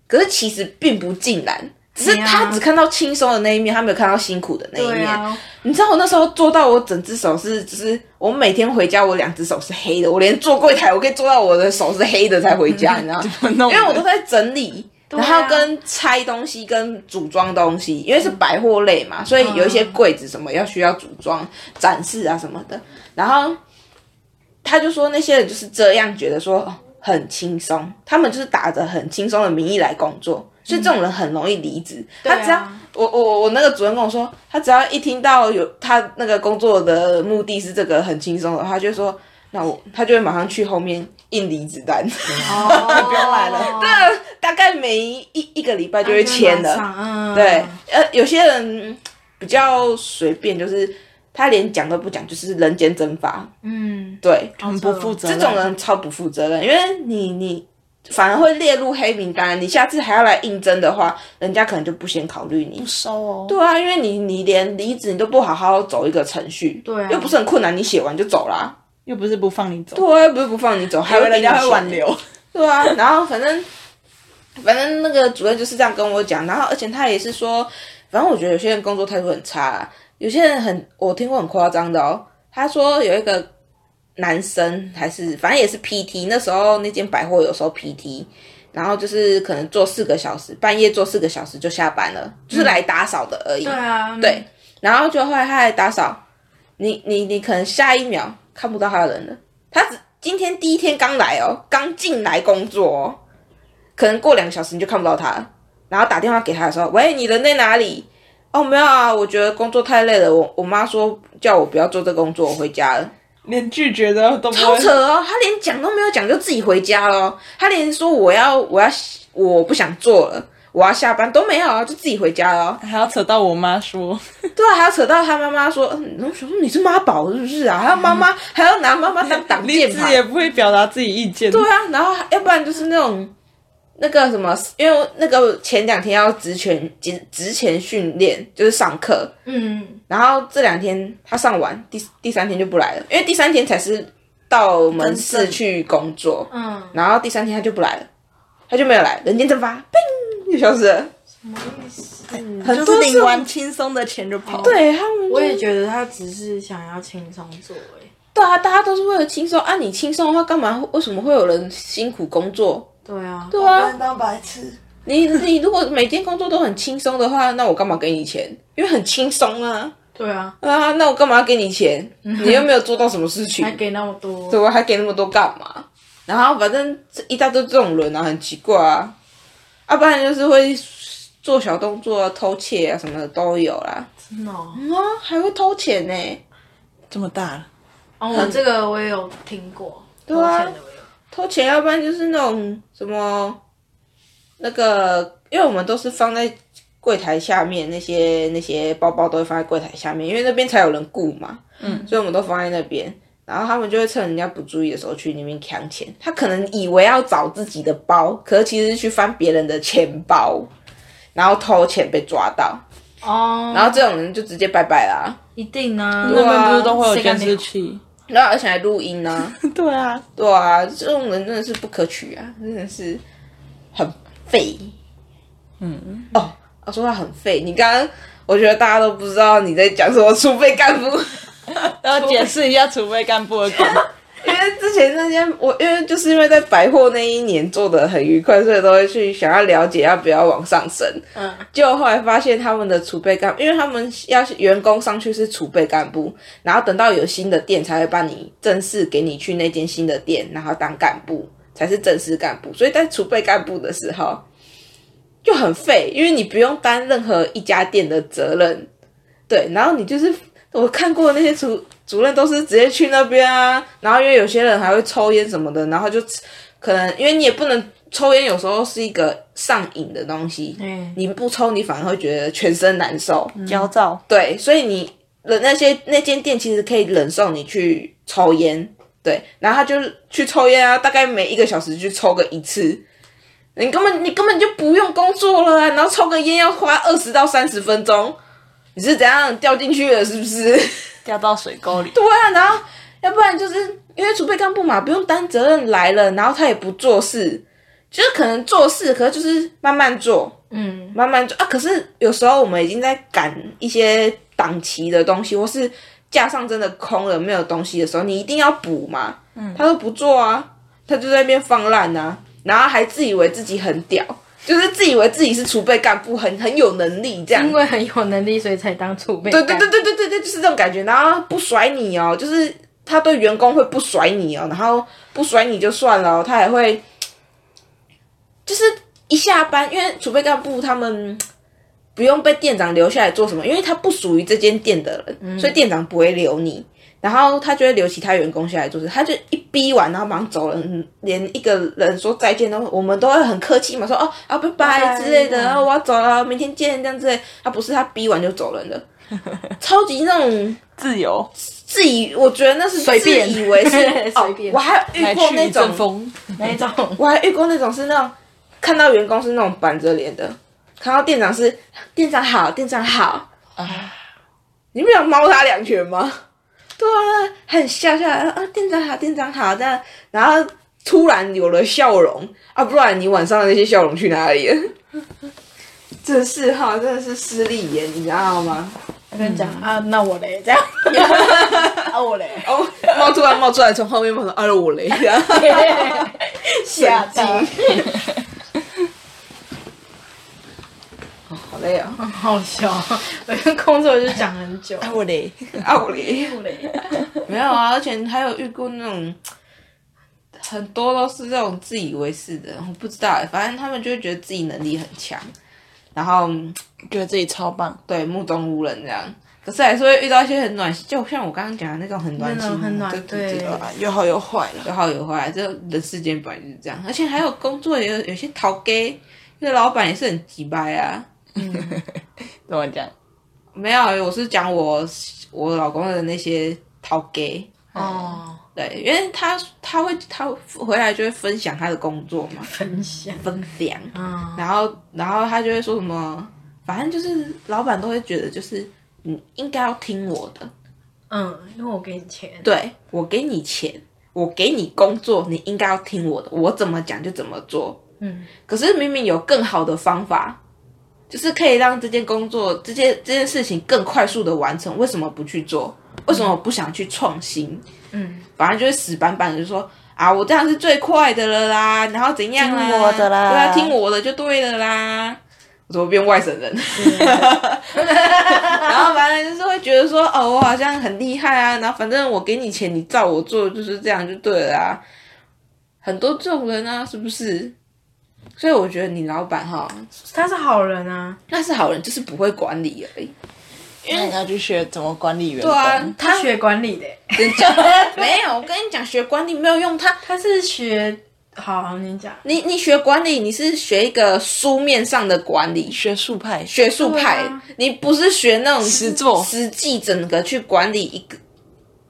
[SPEAKER 1] 可是其实并不尽然，只是
[SPEAKER 2] 对啊
[SPEAKER 1] 他只看到轻松的那一面，他没有看到辛苦的那一
[SPEAKER 2] 对
[SPEAKER 1] 面。
[SPEAKER 2] 啊，
[SPEAKER 1] 你知道我那时候做到我整只手是，就是我每天回家我两只手是黑的，我连坐柜台我可以做到我的手是黑的才回家， 你知道吗？
[SPEAKER 3] 怎么弄
[SPEAKER 1] 因
[SPEAKER 3] 的？
[SPEAKER 1] 为我都在整理。
[SPEAKER 2] 啊
[SPEAKER 1] 然后跟拆东西、跟组装东西，因为是百货类嘛，所以有一些
[SPEAKER 2] 嗯
[SPEAKER 1] 柜子什么要需要组装、展示啊什么的。然后他就说那些人就是这样觉得说、哦、很轻松，他们就是打着很轻松的名义来工作，所以这种人很容易离职。
[SPEAKER 2] 对啊
[SPEAKER 1] 他只要我我我那个主任跟我说，他只要一听到有他那个工作的目的是这个很轻松的话，他就说那我他就会马上去后面印离职单。
[SPEAKER 2] 哦，
[SPEAKER 3] 不要来了
[SPEAKER 2] 对，
[SPEAKER 1] 大概每一一一个礼拜就会签
[SPEAKER 2] 的，
[SPEAKER 1] 了。
[SPEAKER 2] 嗯，
[SPEAKER 1] 对，呃，有些人比较随便，就是他连讲都不讲，就是人间蒸发。
[SPEAKER 2] 嗯，
[SPEAKER 1] 对，
[SPEAKER 3] 很不负责
[SPEAKER 1] 这
[SPEAKER 3] 任，
[SPEAKER 1] 种人超不负责任，因为你你反而会列入黑名单。你下次还要来应征的话，人家可能就不先考虑你
[SPEAKER 3] 不。收哦。
[SPEAKER 1] 对啊，因为你你连离职你都不好好走一个程序，
[SPEAKER 2] 对啊
[SPEAKER 1] 又不是很困难，你写完就走啦。
[SPEAKER 3] 又不是不放你走，
[SPEAKER 1] 对啊，又不是不放你走，还
[SPEAKER 3] 以为
[SPEAKER 1] 会
[SPEAKER 3] 人家会
[SPEAKER 1] 挽
[SPEAKER 3] 挽留。
[SPEAKER 1] 对啊，然后反正反正那个主任就是这样跟我讲，然后而且他也是说，反正我觉得有些人工作态度很差、啊，有些人很我听过很夸张的哦。他说有一个男生还是反正也是 PT，那时候那间百货有时候 PT，然后就是可能做四个小时，半夜做四个小时就下班了，就是来打扫的而已。
[SPEAKER 2] 对啊，嗯
[SPEAKER 1] 对，然后就后来他来打扫，你你你可能下一秒看不到他的人了，他只今天第一天刚来哦，刚进来工作哦，可能过两个小时你就看不到他了。然后打电话给他的时候，喂，你人在哪里？哦，没有啊，我觉得工作太累了，我我妈说叫我不要做这工作，我回家了。
[SPEAKER 3] 连拒绝的都不
[SPEAKER 1] 好扯
[SPEAKER 3] 会。
[SPEAKER 1] 哦，他连讲都没有讲就自己回家了哦，他连说我要我要我不想做了，我要下班都没有啊，就自己回家了哦。
[SPEAKER 3] 还要扯到我妈说，
[SPEAKER 1] 对啊，还要扯到他妈妈说，嗯，我想说你是妈宝是不是啊？还要妈妈、
[SPEAKER 2] 嗯
[SPEAKER 1] 还要拿妈妈当挡
[SPEAKER 3] 例
[SPEAKER 1] 箭
[SPEAKER 3] 子
[SPEAKER 1] 牌，
[SPEAKER 3] 也不会表达自己意见。
[SPEAKER 1] 对啊，然后要不然就是那种那个什么，因为那个前两天要职前职职前训练，就是上课，
[SPEAKER 2] 嗯，
[SPEAKER 1] 然后这两天他上完，第第三天就不来了，因为第三天才是到门
[SPEAKER 2] 真
[SPEAKER 1] 市
[SPEAKER 2] 正
[SPEAKER 1] 去工作，
[SPEAKER 2] 嗯，
[SPEAKER 1] 然后第三天他就不来了，他就没有来，人间蒸发，砰，就消失了。
[SPEAKER 2] 什么意思？
[SPEAKER 3] 很
[SPEAKER 1] 很
[SPEAKER 3] 多
[SPEAKER 1] 多
[SPEAKER 3] 领
[SPEAKER 1] 是
[SPEAKER 3] 完轻松的钱就跑。，
[SPEAKER 1] 对他们就，
[SPEAKER 2] 我也觉得他只是想要轻松做、欸，
[SPEAKER 1] 对啊，大家都是为了轻松啊，你轻松的话，干嘛？为什么会有人辛苦工作？
[SPEAKER 2] 对啊，
[SPEAKER 1] 对
[SPEAKER 4] 不
[SPEAKER 1] 啊
[SPEAKER 4] 能，当白痴。
[SPEAKER 1] 你你如果每天工作都很轻松的话，那我干嘛给你钱？因为很轻松啊
[SPEAKER 2] 对啊，
[SPEAKER 1] 啊，那我干嘛给你钱？你又没有做到什么事情
[SPEAKER 2] 还，给那么多，
[SPEAKER 1] 对我还给那么多干嘛？然后反正这一大堆这种人啊，很奇怪啊，要、不然就是会做小动作啊、偷窃啊什么的都有啦。
[SPEAKER 2] 真的、哦。
[SPEAKER 1] 嗯啊，还会偷钱呢、
[SPEAKER 3] 这么大了，
[SPEAKER 2] 哦，我这个我也有听过，
[SPEAKER 1] 对啊
[SPEAKER 2] 抱歉的我也有
[SPEAKER 1] 偷钱，要不然就是那种什么那个，因为我们都是放在柜台下面，那些那些包包都会放在柜台下面，因为那边才有人雇嘛，嗯，所以我们都放在那边。然后他们就会趁人家不注意的时候去那边抢钱。他可能以为要找自己的包，可是其实是去翻别人的钱包，然后偷钱被抓到。
[SPEAKER 2] 哦，
[SPEAKER 1] 然后这种人就直接拜拜啦。
[SPEAKER 2] 一定啊，
[SPEAKER 1] 对
[SPEAKER 3] 那
[SPEAKER 1] 啊
[SPEAKER 3] 边不是都会有
[SPEAKER 2] 谁敢
[SPEAKER 3] 监
[SPEAKER 2] 聊
[SPEAKER 3] 视器？
[SPEAKER 1] 然后而且还录音呢、啊。
[SPEAKER 3] 对啊，
[SPEAKER 1] 对啊，这种人真的是不可取啊，真的是很废。嗯，哦，我说他很废，你刚刚我觉得大家都不知道你在讲什么储备干部，
[SPEAKER 3] 要解释一下储备干部的梗。
[SPEAKER 1] 因为之前那些我因为就是因为在百货那一年做的很愉快，所以都会去想要了解要不要往上升。
[SPEAKER 2] 嗯，
[SPEAKER 1] 结果后来发现他们的储备干，因为他们要是员工上去是储备干部，然后等到有新的店才会把你正式给你去那间新的店，然后当干部才是正式干部。所以在储备干部的时候就很废，因为你不用担任何一家店的责任，对，然后你就是我看过那些主主任都是直接去那边啊，然后因为有些人还会抽烟什么的，然后就可能因为你也不能抽烟，有时候是一个上瘾的东西，
[SPEAKER 2] 嗯
[SPEAKER 1] 你不抽你反而会觉得全身难受，
[SPEAKER 3] 焦躁，
[SPEAKER 1] 对，所以你的那些那间店其实可以忍受你去抽烟，对，然后他就去抽烟啊，大概每一个小时去抽个一次。你根本你根本就不用工作了啊，然后抽个烟要花二十到三十分钟，你是怎样掉进去了是不是？
[SPEAKER 3] 掉到水沟里。
[SPEAKER 1] 对啊，然后要不然就是因为储备干部嘛，不用担责任来了，然后他也不做事，就是可能做事，可是就是慢慢做，
[SPEAKER 2] 嗯，
[SPEAKER 1] 慢慢做啊。可是有时候我们已经在赶一些档期的东西，或是架上真的空了没有东西的时候，你一定要补嘛。嗯，他都不做啊，他就在那边放烂啊，然后还自以为自己很屌，就是自以为自己是储备干部，很很有能力这样。
[SPEAKER 2] 因为很有能力，所以才当储备。
[SPEAKER 1] 对对对，对对对对，就是这种感觉。然后不甩你哦，就是他对员工会不甩你哦，然后不甩你就算了哦、他还会就是一下班，因为储备干部他们不用被店长留下来做什么，因为他不属于这间店的人，所以店长不会留你。然后他就会留其他员工下来做事，他就一逼完，然后马上走人，连一个人说再见都，我们都会很客气嘛，说哦啊拜拜之类的，啊我要走了，明天见这样之类。他不是他逼完就走人的，超级那种
[SPEAKER 3] 自由，
[SPEAKER 1] 自以，我觉得那是
[SPEAKER 2] 随便
[SPEAKER 1] 自以为是
[SPEAKER 2] 随便
[SPEAKER 1] 哦。我还遇
[SPEAKER 3] 来
[SPEAKER 1] 过
[SPEAKER 3] 去
[SPEAKER 1] 那
[SPEAKER 3] 一阵
[SPEAKER 1] 种，
[SPEAKER 3] 风，
[SPEAKER 2] 那一种
[SPEAKER 1] 我还遇过那种是那种看到员工是那种板着脸的，看到店长是店长好，店长好
[SPEAKER 3] 啊
[SPEAKER 1] 你不想猫他两拳吗？ 对啊，很笑笑啊，店长好，店长好这样，然后突然有了笑容啊，不然你晚上的那些笑容去哪里了？ 真是哈，真的是势利眼，你知道吗？
[SPEAKER 2] 我跟你讲啊，那我嘞这样， 啊我嘞，
[SPEAKER 1] 哦，猫突然冒出来，从后面冒出来，哎呦我嘞！这样
[SPEAKER 2] 吓 到，
[SPEAKER 1] 好累啊、
[SPEAKER 2] 很 好笑。我跟工作就讲很久，
[SPEAKER 3] 我嘞，
[SPEAKER 1] 啊我嘞！
[SPEAKER 2] 我嘞，
[SPEAKER 1] 没有啊，而且还有遇过那种很多都是这种自以为是的，我不知道欸，反正他们就会觉得自己能力很强，然后嗯
[SPEAKER 3] 觉得自己超棒，
[SPEAKER 1] 对目中无人这样。可是还是会遇到一些很暖心，就像我刚刚讲的那种很暖心，
[SPEAKER 2] 那种很暖
[SPEAKER 1] 就
[SPEAKER 2] 对
[SPEAKER 1] 就
[SPEAKER 3] 对吧？有好有坏了。
[SPEAKER 1] 有好有坏，这人世间本来就是这样。而且还有工作也有有些逃给，那老板也是很鸡掰啊。
[SPEAKER 3] 怎么讲？
[SPEAKER 1] 没有，我是讲我我老公的那些逃给，
[SPEAKER 2] 哦，
[SPEAKER 1] 对，因为他他会他回来就会分享他的工作嘛，
[SPEAKER 2] 分享，
[SPEAKER 1] 分享，
[SPEAKER 2] 嗯，
[SPEAKER 1] 然后然后他就会说什么，反正就是老板都会觉得就是你应该要听我的，
[SPEAKER 2] 嗯，因为我给你钱，
[SPEAKER 1] 对我给你钱，我给你工作，你应该要听我的，我怎么讲就怎么做。
[SPEAKER 2] 嗯，
[SPEAKER 1] 可是明明有更好的方法，就是可以让这件工作、这件这件事情更快速的完成，为什么不去做？为什么不想去创新？
[SPEAKER 2] 嗯，
[SPEAKER 1] 反正就是死板板的就说啊，我这样是最快的了啦，然后怎样啦，
[SPEAKER 3] 听我的啦
[SPEAKER 1] 对啊，听我的就对了啦。我怎么变外省人？ 然后反正就是会觉得说，哦，我好像很厉害啊，然后反正我给你钱，你照我做就是这样就对了啊。很多这种人啊，是不是？所以我觉得你老板哈，
[SPEAKER 2] 他是好人啊，
[SPEAKER 1] 那是好人，就是不会管理而 已。
[SPEAKER 3] 因为你要去学怎么管理员工。
[SPEAKER 1] 对啊，
[SPEAKER 2] 他学管理的欸，
[SPEAKER 1] 没有，我跟你讲，学管理没有用。他
[SPEAKER 2] 他是学，好，好你讲，
[SPEAKER 1] 你你学管理，你是学一个书面上的管理
[SPEAKER 3] 学术派，
[SPEAKER 1] 学术派，
[SPEAKER 2] 对啊
[SPEAKER 1] 你不是学那种
[SPEAKER 3] 实作
[SPEAKER 1] 实际整个去管理一个。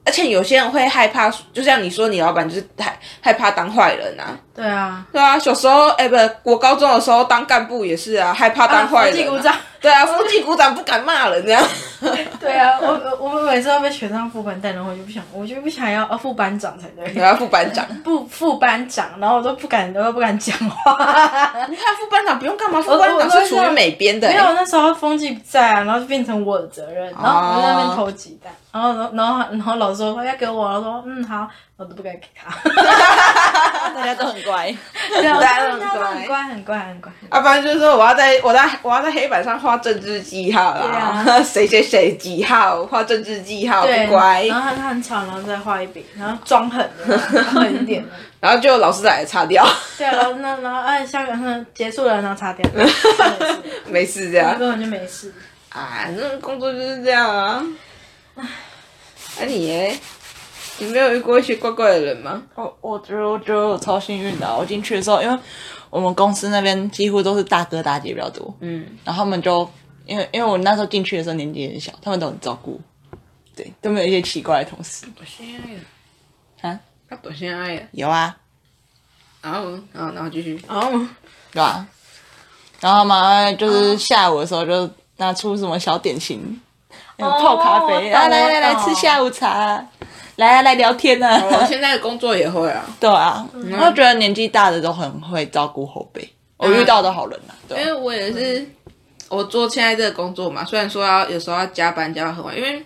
[SPEAKER 1] 而且有些人会害怕，就像你说，你老板就是害害怕当坏人啊，
[SPEAKER 2] 对啊，
[SPEAKER 1] 对啊。小时候，哎、不，我高中的时候当干部也是啊，害怕当坏
[SPEAKER 2] 啊
[SPEAKER 1] 人、
[SPEAKER 2] 鼓鼓掌，
[SPEAKER 1] 对啊，风纪股长不敢骂人这样。
[SPEAKER 2] 对啊，我我我每次都被选上副班长，然后我就不想，我就不想要，呃，副班长才对
[SPEAKER 1] 你。要副班长，
[SPEAKER 2] 副副班长，然后我都不敢，我都不敢讲话。
[SPEAKER 1] 你看副班长不用干嘛，副
[SPEAKER 2] 我
[SPEAKER 1] 班长
[SPEAKER 2] 我
[SPEAKER 1] 是处于美编的、
[SPEAKER 2] 没有
[SPEAKER 1] 欸，，
[SPEAKER 2] 那时候风纪不在啊，然后就变成我的责任，
[SPEAKER 1] 哦
[SPEAKER 2] 然后我就在那边投鸡蛋，然后然后然后老师说要给我，我说嗯好，我都不敢给 他。
[SPEAKER 3] 大家都很乖。
[SPEAKER 2] 对啊，我
[SPEAKER 1] 蛋
[SPEAKER 2] 就大家都很
[SPEAKER 1] 乖
[SPEAKER 2] 乖，很乖，很乖。
[SPEAKER 1] 啊，不然就是说我要在我在我要在黑板上画政治记号啦，
[SPEAKER 2] 对
[SPEAKER 1] 谁谁谁几号画政治记号
[SPEAKER 2] 对，嗯
[SPEAKER 1] 不乖，
[SPEAKER 2] 然后他很吵，然后再画一笔，然后装狠的，狠一 点的。
[SPEAKER 1] 然后就老师来擦掉，
[SPEAKER 2] 对啊，然后那然后哎，下个嗯结束了，然后擦 掉，没事，
[SPEAKER 1] 没事这样
[SPEAKER 2] 根本就没事。
[SPEAKER 1] 啊，那工作就是这样啊。啊你耶，你没有遇过一些怪怪的人吗？
[SPEAKER 3] 我我觉得我觉得我超幸运的啊、我进去的时候，因为我们公司那边几乎都是大哥大姐比较多，
[SPEAKER 1] 嗯，
[SPEAKER 3] 然后他们就因为因为我那时候进去的时候年纪很小，他们都很照顾，对，都没有一些奇怪的同事
[SPEAKER 1] 我先爱了，
[SPEAKER 3] 啊。
[SPEAKER 1] 他躲先爱了，
[SPEAKER 3] 有啊，
[SPEAKER 1] 然后然后然后继续，
[SPEAKER 2] 哦，
[SPEAKER 3] 有啊，然后嘛就是下午的时候就拿出什么小点心，
[SPEAKER 1] 哦
[SPEAKER 3] 有泡咖
[SPEAKER 2] 我
[SPEAKER 3] 啡，
[SPEAKER 2] 懂
[SPEAKER 3] 啊来来
[SPEAKER 2] 我
[SPEAKER 3] 来
[SPEAKER 2] 懂
[SPEAKER 3] 吃下午茶啊，来啊来聊天啊。
[SPEAKER 1] 哦我 现在的工作也会啊。
[SPEAKER 3] 对啊，我觉得年纪大的都很会照顾后辈，我遇到的好人啊，对
[SPEAKER 1] 嗯因
[SPEAKER 3] 啊
[SPEAKER 1] 为我也是，我做现在这个工作嘛，虽然说要有时候要加班加到很晚，因为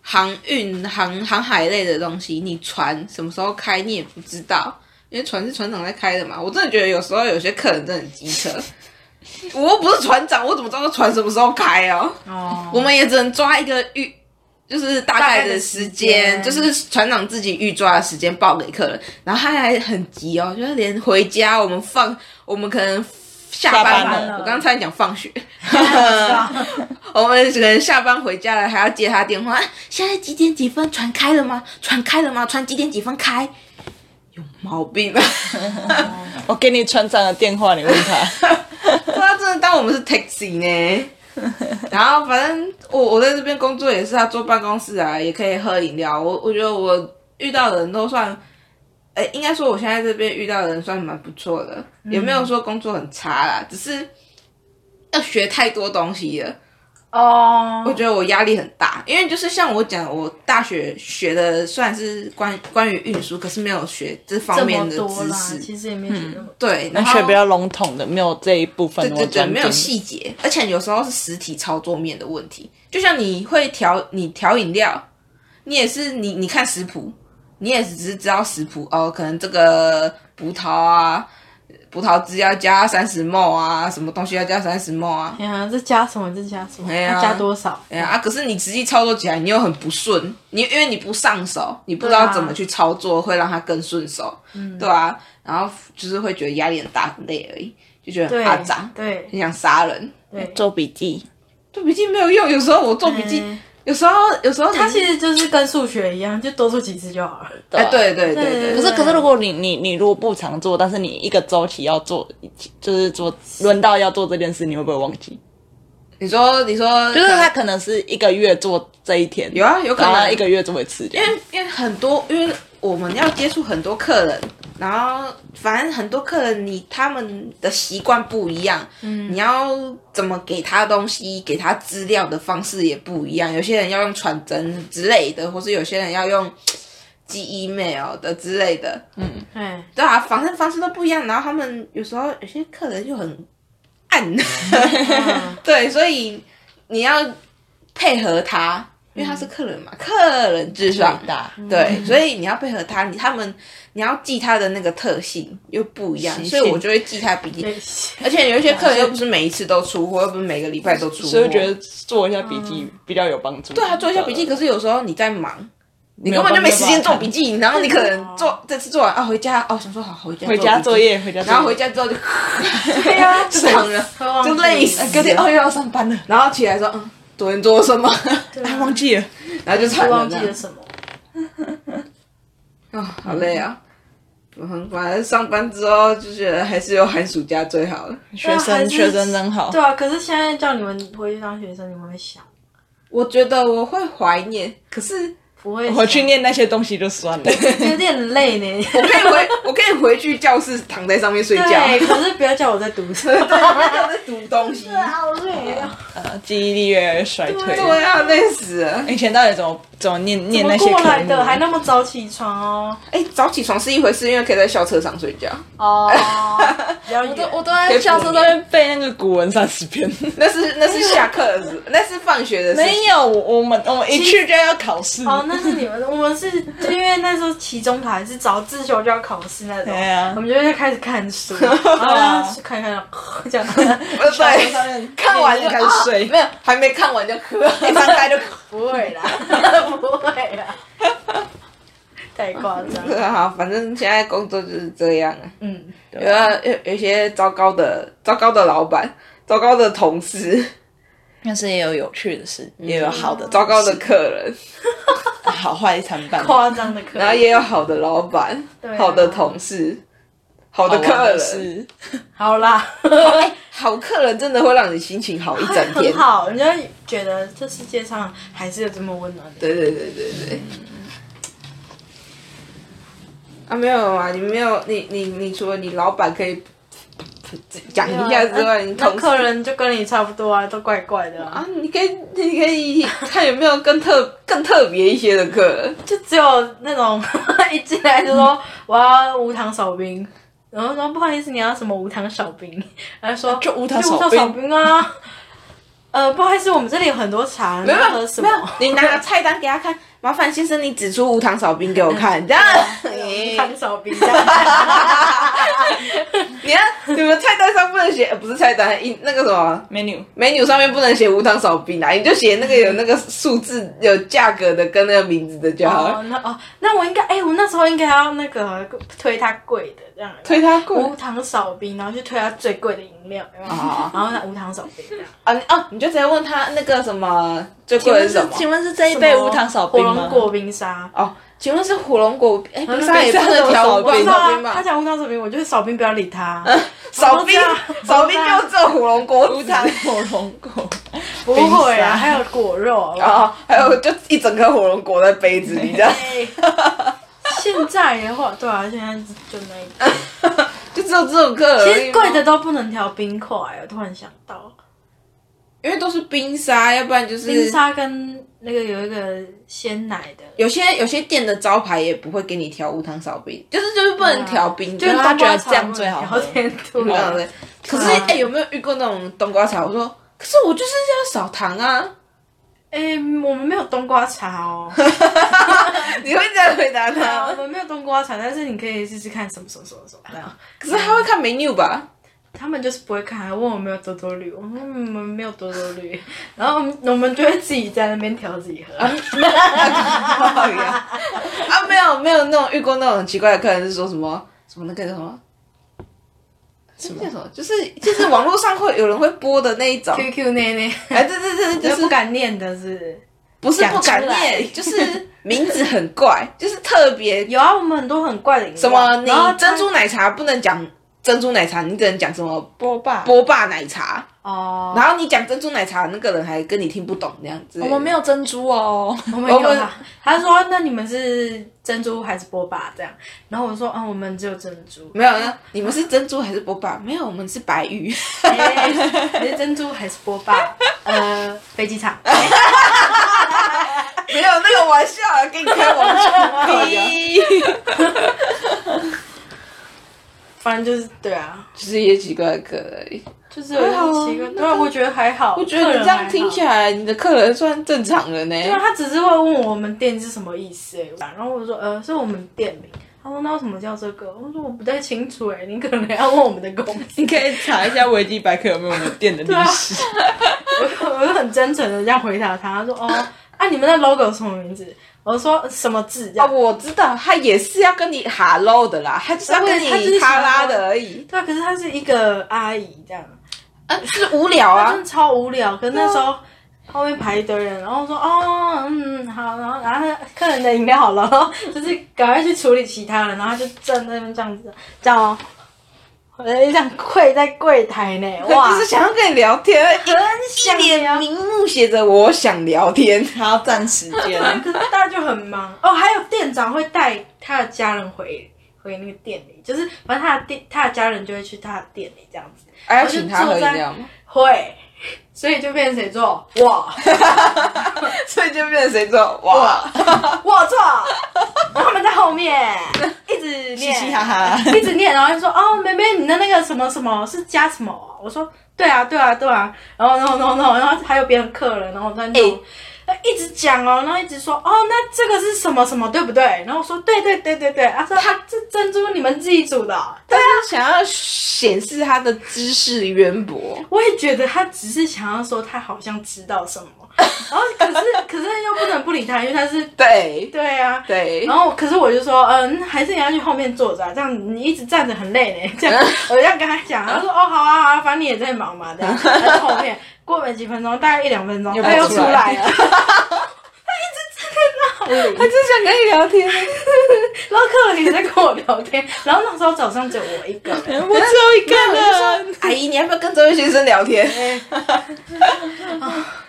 [SPEAKER 1] 航运、航航海类的东西，你船什么时候开你也不知道，因为船是船长在开的嘛。我真的觉得有时候有些客人真的很机车，我又不是船长，我怎么知道船什么时候开哦？
[SPEAKER 2] 哦，
[SPEAKER 1] 我们也只能抓一个预，就是大概的时间，
[SPEAKER 2] 大概的时间
[SPEAKER 1] 就是船长自己预抓的时间报给客人，然后他还很急哦，就是连回家我们放，我们可能下班
[SPEAKER 3] 下班
[SPEAKER 2] 了
[SPEAKER 1] 我刚刚差点讲放 学，
[SPEAKER 2] 我
[SPEAKER 1] 我们可能下班回家了还要接他电话，啊现在几点几分船开了吗？船开了吗？船几点几分开？有毛病吧？
[SPEAKER 3] 我给你船长的电话，你问 他。
[SPEAKER 1] 他啊真的当我们是 taxi 呢。 然后反正我我在这边工作也是，他坐办公室啊，也可以喝饮料。我我觉得我遇到的人都算，呃，应该说我现在这边遇到的人算蛮不错的，
[SPEAKER 2] 嗯
[SPEAKER 1] 也没有说工作很差啦，只是要学太多东西了。
[SPEAKER 2] 哦，
[SPEAKER 1] 我觉得我压力很大，因为就是像我讲，我大学学的算是关关于运输，可是没有学这
[SPEAKER 2] 这
[SPEAKER 1] 方面
[SPEAKER 2] 么
[SPEAKER 1] 的
[SPEAKER 2] 多
[SPEAKER 1] 知
[SPEAKER 2] 啦，
[SPEAKER 1] 识。嗯
[SPEAKER 2] 其实也没学那么多。
[SPEAKER 1] 对，然
[SPEAKER 3] 那
[SPEAKER 1] 后
[SPEAKER 3] 学比较笼统的，没有这一部分
[SPEAKER 1] 对
[SPEAKER 3] 我
[SPEAKER 1] 对，
[SPEAKER 3] 专
[SPEAKER 1] 没有
[SPEAKER 3] 精
[SPEAKER 1] 细节，而且有时候是实体操作面的问题。就像你会调你调饮料，你也是你你看食谱，你也只是知道食谱哦，可能这个葡萄啊，葡萄汁要加三十 ml 啊，什么东西要加三十 ml 啊。
[SPEAKER 2] 哎呀，这加什么？这加什么？
[SPEAKER 1] 哎呀
[SPEAKER 2] 要加多少？
[SPEAKER 1] 哎呀啊！可是你实际操作起来，你又很不顺，你因为你不上手，你不知
[SPEAKER 2] 对
[SPEAKER 1] 道
[SPEAKER 2] 啊
[SPEAKER 1] 怎么去操作，会让它更顺手，
[SPEAKER 2] 嗯
[SPEAKER 1] 对啊，然后就是会觉得压力很大，很累而已，就觉得很
[SPEAKER 2] 对
[SPEAKER 1] 阿杂，
[SPEAKER 2] 对
[SPEAKER 1] 很想杀人。
[SPEAKER 2] 对，
[SPEAKER 3] 做笔记，
[SPEAKER 1] 做笔记没有用，有时候我做笔记，
[SPEAKER 2] 嗯
[SPEAKER 1] 有时候有时候
[SPEAKER 2] 它
[SPEAKER 1] 他
[SPEAKER 2] 其实就是跟数学一样，就多做几次就好了。
[SPEAKER 1] 哎，对对对
[SPEAKER 2] 对
[SPEAKER 1] 对，
[SPEAKER 3] 啊可是可是，如果你你你如果不常做，但是你一个周期要做，就是做轮到要做这件事，你会不会忘记？
[SPEAKER 1] 你说你说，
[SPEAKER 3] 就是他可能是一个月做这一天，
[SPEAKER 1] 有啊，有可
[SPEAKER 3] 然后
[SPEAKER 1] 能
[SPEAKER 3] 一个月做一次这
[SPEAKER 1] 因
[SPEAKER 3] 样，
[SPEAKER 1] 为因为很多，因为我们要接触很多客人，然后反正很多客人你他们的习惯不一样，嗯，你要怎么给他东西，给他资料的方式也不一样。有些人要用传真之类的，或是有些人要用寄 email 的之类的，
[SPEAKER 2] 哎，
[SPEAKER 1] 对啊，反正方式都不一样。然后他们有时候有些客人就很暗，
[SPEAKER 3] 啊
[SPEAKER 1] 对，所以你要配合他，因为他是
[SPEAKER 3] 嗯
[SPEAKER 1] 客人嘛，客人至
[SPEAKER 3] 最
[SPEAKER 1] 上。
[SPEAKER 3] 大。
[SPEAKER 1] 对，所以你要配合他，你他们你要记他的那个特性又不一样，
[SPEAKER 3] 习
[SPEAKER 1] 所
[SPEAKER 3] 性
[SPEAKER 1] 以我就会记他笔记。
[SPEAKER 2] 对，
[SPEAKER 1] 而且有一些客人又不是每一次都出货，又不是每个礼拜都出货，
[SPEAKER 3] 所以我觉得做一下笔记比较有帮助。
[SPEAKER 1] 嗯
[SPEAKER 3] 对
[SPEAKER 1] 对啊，做一下笔记。可是有时候你在忙，你根
[SPEAKER 3] 没有
[SPEAKER 1] 本就没
[SPEAKER 3] 办
[SPEAKER 1] 时
[SPEAKER 3] 法
[SPEAKER 1] 间做
[SPEAKER 3] 看
[SPEAKER 1] 笔记，然后你可能做这次做完啊，回家哦，想说好回家
[SPEAKER 3] 回家
[SPEAKER 1] 做
[SPEAKER 3] 作
[SPEAKER 1] 笔记，
[SPEAKER 3] 业，回家作业
[SPEAKER 1] 然后回家之后就
[SPEAKER 2] 对呀，
[SPEAKER 1] 就躺了，
[SPEAKER 2] 会忘记
[SPEAKER 1] 就累死了，
[SPEAKER 3] 隔天哦又要上 班了，
[SPEAKER 1] 然后起来说嗯，昨天做了什么，
[SPEAKER 3] 哎忘记了，
[SPEAKER 1] 然后就
[SPEAKER 2] 会
[SPEAKER 1] 惨了
[SPEAKER 2] 忘记
[SPEAKER 1] 这
[SPEAKER 2] 了
[SPEAKER 1] 样，
[SPEAKER 2] 什么？
[SPEAKER 1] 啊，好累啊。嗯反正上班之后就觉得还是有寒暑假最好了。
[SPEAKER 3] 学
[SPEAKER 2] 对啊还
[SPEAKER 3] 生
[SPEAKER 2] 是
[SPEAKER 3] 学生真好
[SPEAKER 2] 对。啊，可是现在叫你们回去当学生，你们会想
[SPEAKER 1] 我觉得我会怀念，可是
[SPEAKER 2] 不会？
[SPEAKER 3] 我去，念那些东西就算了，
[SPEAKER 2] 有点累呢。
[SPEAKER 1] 我可以回，我可以回去教室躺在上面睡觉，
[SPEAKER 2] 对，可是不要叫我在读书。
[SPEAKER 1] 在读东西。
[SPEAKER 2] 好累啊！
[SPEAKER 3] 呃 记忆力越来越衰退。
[SPEAKER 1] 对啊，累死了。
[SPEAKER 3] 以前到底怎么怎么念
[SPEAKER 2] 怎
[SPEAKER 3] 念
[SPEAKER 2] 么
[SPEAKER 3] 那些
[SPEAKER 2] 过来
[SPEAKER 3] 科
[SPEAKER 2] 的？还
[SPEAKER 3] 目？
[SPEAKER 2] 那么早起床哦。
[SPEAKER 1] 哎、早起床是一回事，因为可以在校车上睡觉，
[SPEAKER 2] 哦，比较远。
[SPEAKER 3] 我都在教室上面背那个古文三十篇。
[SPEAKER 1] 那是那是下课的时，那是放学的时
[SPEAKER 3] 没有，我我们我们一去就要考试。
[SPEAKER 2] 哦，那是你们，我们是就因为那时候期中考还是早自修就要考试那种，
[SPEAKER 3] 对啊
[SPEAKER 2] 我们就会开始看 书，然
[SPEAKER 1] 哦
[SPEAKER 2] 后看一看 这样，
[SPEAKER 1] 呃对，
[SPEAKER 3] 对啊
[SPEAKER 1] 看完就
[SPEAKER 3] 开始睡
[SPEAKER 1] 啊，没有，还没看完就咳，一张开就咳。
[SPEAKER 2] 不会 啦，不会啦， 太夸张 了。
[SPEAKER 1] 对啊，反正现在工作就是这样啊。
[SPEAKER 2] 嗯，
[SPEAKER 1] 有的有有些糟糕的糟糕的老板，糟糕的同事，嗯
[SPEAKER 3] 但是也有有趣的事，也有好的
[SPEAKER 1] 糟糕的客人，
[SPEAKER 3] 好坏参半。
[SPEAKER 2] 夸张的可
[SPEAKER 1] 然后
[SPEAKER 2] 以。
[SPEAKER 1] 也有好的老板，
[SPEAKER 2] 对啊
[SPEAKER 1] 好的同事，好的
[SPEAKER 3] 好
[SPEAKER 1] 客
[SPEAKER 3] 玩的
[SPEAKER 1] 人。
[SPEAKER 3] 是，
[SPEAKER 2] 好啦，
[SPEAKER 1] 哎好客人真的会让你心情好一整天
[SPEAKER 2] 很。好，人家觉得这世界上还是有这么温暖的。
[SPEAKER 1] 对对对对对。啊，没有啊，你没有，你你你除了你老板可以讲一下之外，你
[SPEAKER 2] 呃那
[SPEAKER 1] 同事
[SPEAKER 2] 客人就跟你差不多啊，都怪怪的啊
[SPEAKER 1] 啊，，你可以你可以看有没有更特更特别一些的客人。
[SPEAKER 2] 就只有那种 一进来就说我要无糖少冰，然后说不好意思，你要什么无糖少冰？然后说
[SPEAKER 3] 就无糖
[SPEAKER 2] 就
[SPEAKER 3] 少
[SPEAKER 2] 无糖
[SPEAKER 3] 冰
[SPEAKER 2] 少冰啊。呃，不好意思，我们这里有很多茶，你
[SPEAKER 1] 没有
[SPEAKER 2] 要喝什么
[SPEAKER 1] 没有？，你拿菜单给他看，麻烦先生你指出无糖少冰给我看，这样。
[SPEAKER 2] 无
[SPEAKER 1] 哎
[SPEAKER 2] 糖少冰。这样
[SPEAKER 1] 你看你们菜单上不能写，呃不是菜单，一那个什么
[SPEAKER 3] menu，
[SPEAKER 1] menu 上面不能写无糖少冰啊，你就写那个有那个数字有价格的跟那个名字的就好了。
[SPEAKER 2] 哦，那哦，那我应该，哎、我那时候应该要那个推它贵的这样，
[SPEAKER 1] 推他过
[SPEAKER 2] 无糖少冰，然后去推它最贵的饮料，有没有
[SPEAKER 1] 哦
[SPEAKER 2] 然后那无糖少冰这样。
[SPEAKER 1] 啊你哦，你就直接问他那个什么最贵的是什么？
[SPEAKER 3] 问是这一
[SPEAKER 2] 什么火龙果冰沙。
[SPEAKER 1] 哦，请问是火龙果哎，冰沙
[SPEAKER 3] 冰
[SPEAKER 1] 也
[SPEAKER 3] 沙
[SPEAKER 1] 不能
[SPEAKER 3] 有
[SPEAKER 1] 调
[SPEAKER 3] 少
[SPEAKER 1] 无糖
[SPEAKER 3] 冰
[SPEAKER 1] 少
[SPEAKER 2] 他
[SPEAKER 1] 冰
[SPEAKER 2] 他
[SPEAKER 1] 吧？嗯
[SPEAKER 2] 讲无糖少冰，我就是少冰，不要理他。
[SPEAKER 1] 少冰
[SPEAKER 2] 我都这样
[SPEAKER 1] 少冰就这火龙果
[SPEAKER 3] 无
[SPEAKER 1] 籽
[SPEAKER 3] 糖火龙果，
[SPEAKER 2] 不会
[SPEAKER 3] 冰
[SPEAKER 2] 啊，
[SPEAKER 3] 沙
[SPEAKER 2] 还有果肉。
[SPEAKER 1] 哦，还有就一整颗火龙果在杯子里这样。
[SPEAKER 2] 哎现在的话，对啊，现在就 那一个。
[SPEAKER 1] 就只有这种客
[SPEAKER 2] 其
[SPEAKER 1] 人。
[SPEAKER 2] 实贵的，都不能调冰块，我突然想到，
[SPEAKER 1] 因为都是冰沙，要不然就是
[SPEAKER 2] 冰沙跟那个有一个鲜奶的，
[SPEAKER 1] 有些有些店的招牌也不会给你调无糖少冰，就是就是不能调冰，
[SPEAKER 2] 就
[SPEAKER 1] 啊就是是他觉
[SPEAKER 3] 觉
[SPEAKER 1] 得
[SPEAKER 3] 得这样最好喝
[SPEAKER 2] 聊天度
[SPEAKER 1] 这样
[SPEAKER 2] 啊，
[SPEAKER 1] 的。可是哎、有没有遇过那种冬瓜茶？我说，可是我就是要少糖啊。
[SPEAKER 2] 哎、我们没有冬瓜 茶哦，
[SPEAKER 1] 你会这样回答
[SPEAKER 2] 啊
[SPEAKER 1] 他
[SPEAKER 2] 我
[SPEAKER 1] 吗？
[SPEAKER 2] 们没有冬瓜茶，但是你可以试试看什么什么什么什么这样。
[SPEAKER 1] 可是他会看 menu 吧？
[SPEAKER 2] 他们就是不会看，还问我们有没有多多绿，我们我们没有多多绿， 然后我们我们就会自己在那边调自己 喝。
[SPEAKER 1] 靠呀 啊，没有没有那种遇过那种奇怪的客人是说什么什么那个叫什么？什么叫什么？就是就是网络上会有人会播的那一 种，
[SPEAKER 2] QQ 内内，
[SPEAKER 1] 哎，对对对，
[SPEAKER 2] 就
[SPEAKER 1] 就是
[SPEAKER 2] 不
[SPEAKER 1] 是
[SPEAKER 2] 敢念的是。
[SPEAKER 1] 不是不敢
[SPEAKER 3] 讲出来
[SPEAKER 1] 念，就是名字很怪，就是特别
[SPEAKER 2] 有啊，我们很多很怪的饮料，
[SPEAKER 1] 什么你
[SPEAKER 2] 然后它
[SPEAKER 1] 珍珠奶茶不能讲珍珠奶茶，你只能讲什么
[SPEAKER 3] 波霸
[SPEAKER 1] 波霸奶茶，
[SPEAKER 2] 哦，
[SPEAKER 1] 然后你讲珍珠奶茶，那个人还跟你听不懂那样子。
[SPEAKER 3] 我们没有珍珠哦，
[SPEAKER 2] 我们有
[SPEAKER 1] 我们
[SPEAKER 2] 啊。他说：“那你们是珍珠还是波霸？”这样，然后我说：“嗯，我们只有珍 珠。
[SPEAKER 1] 没有呢，你们是珍珠还是波霸？没有，我们是白玉。
[SPEAKER 2] 哎你是珍珠还是波霸？呃，飞机场。
[SPEAKER 1] 啊没有那个玩笑啊，跟你开啊玩笑。
[SPEAKER 2] 反正就是对啊，
[SPEAKER 1] 就是也奇怪可以，
[SPEAKER 2] 就是有点奇怪。
[SPEAKER 1] 还好
[SPEAKER 2] 对啊，我觉得还好。
[SPEAKER 1] 我觉得你这样听起
[SPEAKER 2] 来，
[SPEAKER 1] 来，你的客人算正常了呢。
[SPEAKER 2] 对啊，他只是会问我们店是什么意思、哎，然后我说：“呃，是我们店名。”他说：“那为什么叫这个？”我说：“我不太清楚、哎，你可能要问我们的公司。
[SPEAKER 3] 你可以查一下维基百科有没有我们 店的历史。
[SPEAKER 2] 我我就很真诚的这样回答他，他说：“哦，啊，你们的 logo 什么名字？”我说：“什么字？”这
[SPEAKER 1] 啊，
[SPEAKER 2] 样。
[SPEAKER 1] 我知道，他也是要跟你哈喽的啦，他就是要跟
[SPEAKER 2] 对他就是
[SPEAKER 1] 你
[SPEAKER 2] 想
[SPEAKER 1] 哈
[SPEAKER 2] 要
[SPEAKER 1] 拉的而已。
[SPEAKER 2] 对啊，可是她是一个阿姨这样，
[SPEAKER 1] 啊，就是无聊
[SPEAKER 2] 她
[SPEAKER 1] 啊
[SPEAKER 2] 真，的超无聊。可是那时候后面排一堆人，然后说哦，嗯，好，然后然后客人的饮料好了， 然后就是赶快去处理其他人，然后她就站在那边这样子，这样哦，我这样跪在柜台呢，哇，
[SPEAKER 1] 他就是想要跟你聊天，
[SPEAKER 2] 很想
[SPEAKER 1] 一脸
[SPEAKER 2] 聊。
[SPEAKER 1] 明目写着我想聊天。
[SPEAKER 3] 还要占时间，
[SPEAKER 2] 可是大家就很忙哦，还有店长会带他的家人回回那个店里，就是反正他的店他的家人就会去他的店里这样子，
[SPEAKER 1] 还要请他喝饮料吗？
[SPEAKER 2] 会，所以就变成谁做我。
[SPEAKER 1] 所以就变成谁做哇？
[SPEAKER 2] 我错，然后他们在后面一直念，
[SPEAKER 3] 嘻嘻哈 哈。
[SPEAKER 2] 一直念，然后就说哦，妹妹，你的那个什么什么是加什么啊？我说对啊，对啊，对啊，然后然后然后然后然后还有别的客人，然后我在弄。
[SPEAKER 3] 哎
[SPEAKER 2] 一直讲哦，然后一直说哦，那这个是什么什么，对不对？然后我说对对对对对，他说他这珍珠你们自己煮的哦、
[SPEAKER 1] 对啊，想要显示他的知识渊博。
[SPEAKER 2] 我也觉得他只是想要说他好像知道什么，然后可是可是又不能不理他，因为他是
[SPEAKER 1] 对
[SPEAKER 2] 对啊，
[SPEAKER 1] 对，
[SPEAKER 2] 然后可是我就说，嗯，还是你要去后面坐着、啊，这样你一直站着很累呢。这 样我这样跟他讲，他说哦，好啊，好啊，反正你也在忙嘛，这样。他在后面过没几分钟，大概一两分钟，
[SPEAKER 3] 又
[SPEAKER 2] 他又
[SPEAKER 3] 跑
[SPEAKER 2] 出
[SPEAKER 3] 出来
[SPEAKER 2] 来了。他一直站在那
[SPEAKER 1] 他就
[SPEAKER 2] 里，
[SPEAKER 1] 想跟你聊天，
[SPEAKER 2] 然后客人也在跟我聊天，然后那时候早上只有我一个 人，
[SPEAKER 3] 我只有一个人，
[SPEAKER 1] 阿姨，你要不要跟这位先生聊天？
[SPEAKER 2] 哎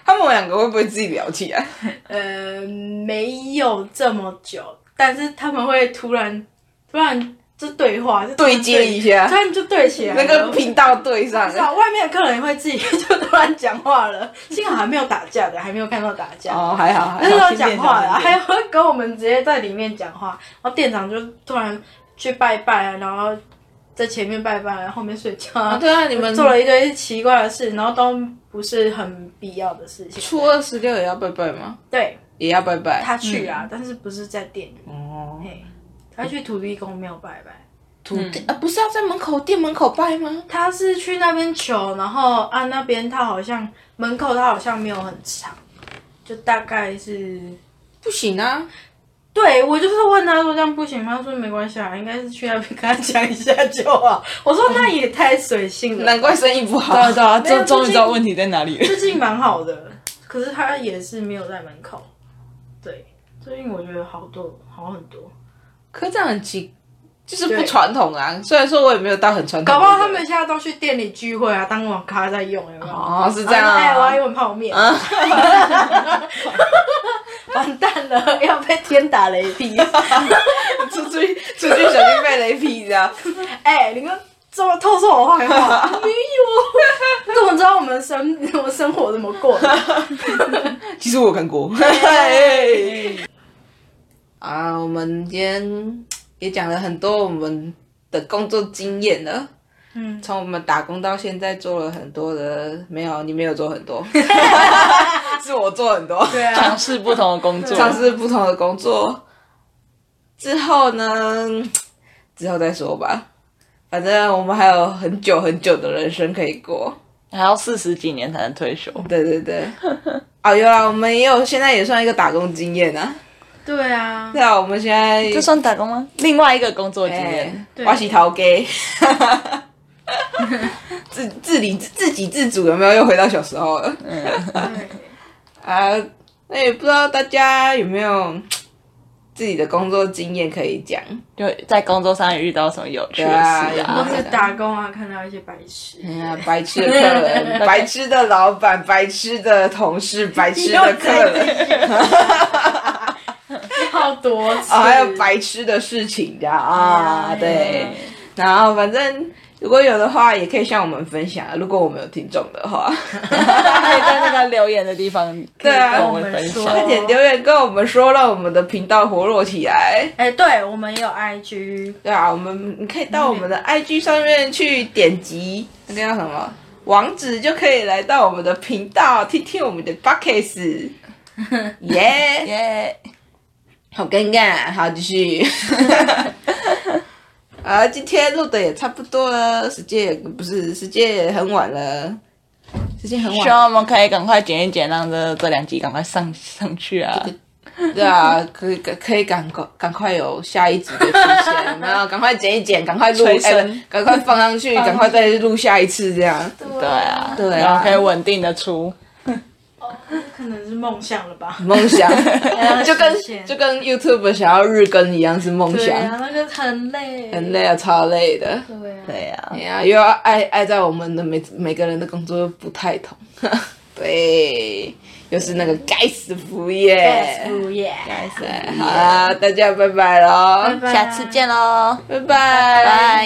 [SPEAKER 1] 他们两个会不会自己聊起来？
[SPEAKER 2] 呃，没有这么久，但是他们会突然突然就对话，就突然
[SPEAKER 1] 对接一下
[SPEAKER 2] 突然就对起来了，
[SPEAKER 1] 那个频道对上
[SPEAKER 2] 是，啊，外面的客人会自己 就突然讲话了，幸好还没有打架的，还没有看到打架。
[SPEAKER 1] 哦，还好，还
[SPEAKER 2] 那时
[SPEAKER 1] 好。
[SPEAKER 2] 候讲话
[SPEAKER 1] 啊
[SPEAKER 2] 了，
[SPEAKER 3] 听
[SPEAKER 2] 还
[SPEAKER 3] 见
[SPEAKER 2] 会跟我们直接在里面讲话，然后店长就突然去拜拜啊，然后在前面拜拜啊，后面睡觉啊，
[SPEAKER 1] 对啊，你们
[SPEAKER 2] 做了一堆奇怪的事，然后都不是很必要的事情。
[SPEAKER 1] 初二十六也要拜拜吗？
[SPEAKER 2] 对
[SPEAKER 1] 也要拜拜。
[SPEAKER 2] 他去啊，但是不是在店里，
[SPEAKER 1] 嗯哦，
[SPEAKER 2] 嘿，他去土地公庙拜拜。
[SPEAKER 1] 土地啊，不是要在门口店门口拜吗？
[SPEAKER 2] 他是去那边求，然后啊那边他好像门口他好像没有很长，就大概是，
[SPEAKER 1] 不行啊，
[SPEAKER 2] 对我就是问他说这样不行吗？他说没关系啊，应该是去那边跟他讲一下就好。我说那也太随性了，
[SPEAKER 1] 难怪生意不好。
[SPEAKER 3] 对 啊对啊，
[SPEAKER 2] 没有
[SPEAKER 3] 终终于
[SPEAKER 2] 最近
[SPEAKER 3] 知道问题在哪里了。
[SPEAKER 2] 最近蛮好的，可是他也是没有在门口。对，最近我觉得好多好很多，
[SPEAKER 1] 可这样很奇，就是不
[SPEAKER 2] 对
[SPEAKER 1] 传统啊。虽然说我也没有到很传 统，
[SPEAKER 2] 搞不好他们现在都去店里聚会啊，当网咖在用，有没有？
[SPEAKER 1] 哦是这样啊啊
[SPEAKER 2] 哎、我要一碗泡面。 完蛋了，要被天打雷 劈！
[SPEAKER 1] 出去出去小心被雷劈啊这 样。
[SPEAKER 2] 哎、你跟这么偷说我坏话？没有，你怎么知道我们生 我们生活怎么过的？
[SPEAKER 3] 其实我有看过，
[SPEAKER 1] 嗯啊，我们今天也讲了很多我们的工作经验了。嗯，从我们打工到现在做了很多的，没有你没有做很 多，是我做很多，
[SPEAKER 2] 对啊
[SPEAKER 3] 尝，试不同的工作，
[SPEAKER 1] 尝试不同的工作。之后呢，之后再说吧。反正我们还有很久很久的人生可以过。
[SPEAKER 3] 还要四十几年才能退休。
[SPEAKER 1] 对对 对，哦，有啦，我们也有现在也算一个打工经验啊。
[SPEAKER 2] 对啊，
[SPEAKER 1] 对啊，我们现在
[SPEAKER 3] 这算打工吗？另外一个工作经验，
[SPEAKER 1] 哎我是头 家，自自理自给自足有没有？又回到小时候了
[SPEAKER 3] 嗯
[SPEAKER 2] 对，
[SPEAKER 1] 啊！那也不知道大家有没有自己的工作经验可以讲？
[SPEAKER 3] 就在工作上遇到什么有趣的
[SPEAKER 1] 对
[SPEAKER 3] 事啊
[SPEAKER 1] 啊
[SPEAKER 2] 或？是打工啊，看到一些白痴，
[SPEAKER 1] 哎呀，白痴的客人，白痴的老板，白痴的同事，白痴的客人，
[SPEAKER 2] 好多次，
[SPEAKER 1] 啊，还有白痴的事情的啊，对
[SPEAKER 2] 哎。
[SPEAKER 1] 然后反正如果有的话，也可以向我们分享。如果我们有听众的话。
[SPEAKER 3] 可以在那个留言的地方可以
[SPEAKER 1] 啊
[SPEAKER 3] 跟我们分
[SPEAKER 2] 跟我们
[SPEAKER 1] 快
[SPEAKER 2] 说
[SPEAKER 3] 享。
[SPEAKER 1] 点留言跟我们说，让我们的频道活络起来。
[SPEAKER 2] 哎，对我们有 IG，
[SPEAKER 1] 对啊，我们你可以到我们的 IG 上面去点击那个叫什么网址，就可以来到我们的频道，听听我们的 Buckets。耶、
[SPEAKER 3] 耶，
[SPEAKER 1] 好尴尬，好继续。啊，今天录的也差不多了，时间也不是时间也很晚了，时间很晚
[SPEAKER 3] 希
[SPEAKER 1] 了。
[SPEAKER 3] 望我们可以赶快剪一剪，让这这两集赶快上上去啊！
[SPEAKER 1] 对啊，可以赶可以赶快赶快有下一集的出现，有没有？赶快剪一剪，赶快录，
[SPEAKER 3] 催
[SPEAKER 1] 哎
[SPEAKER 3] 生
[SPEAKER 1] 不赶、快放上去，赶快再录下一次这样。
[SPEAKER 3] 对啊，
[SPEAKER 1] 对啊
[SPEAKER 3] 然后可以稳定的出，
[SPEAKER 2] 可能是梦想了吧。
[SPEAKER 1] 梦想就
[SPEAKER 2] 实现
[SPEAKER 1] 跟就跟 YouTube 想要日更一样是梦
[SPEAKER 2] 对啊，
[SPEAKER 1] 想，
[SPEAKER 2] 那个很累，
[SPEAKER 1] 很。累啊，超累的。
[SPEAKER 2] 对啊，
[SPEAKER 3] 对啊
[SPEAKER 1] 哎，呀，又要爱爱在我们的每每个人的工作不太同， 对，又是那个该死服业。
[SPEAKER 2] 耶耶，
[SPEAKER 1] 对，好啦，大家拜拜喽，
[SPEAKER 2] 拜拜啊
[SPEAKER 3] 下次见喽，
[SPEAKER 1] 拜拜
[SPEAKER 3] 拜。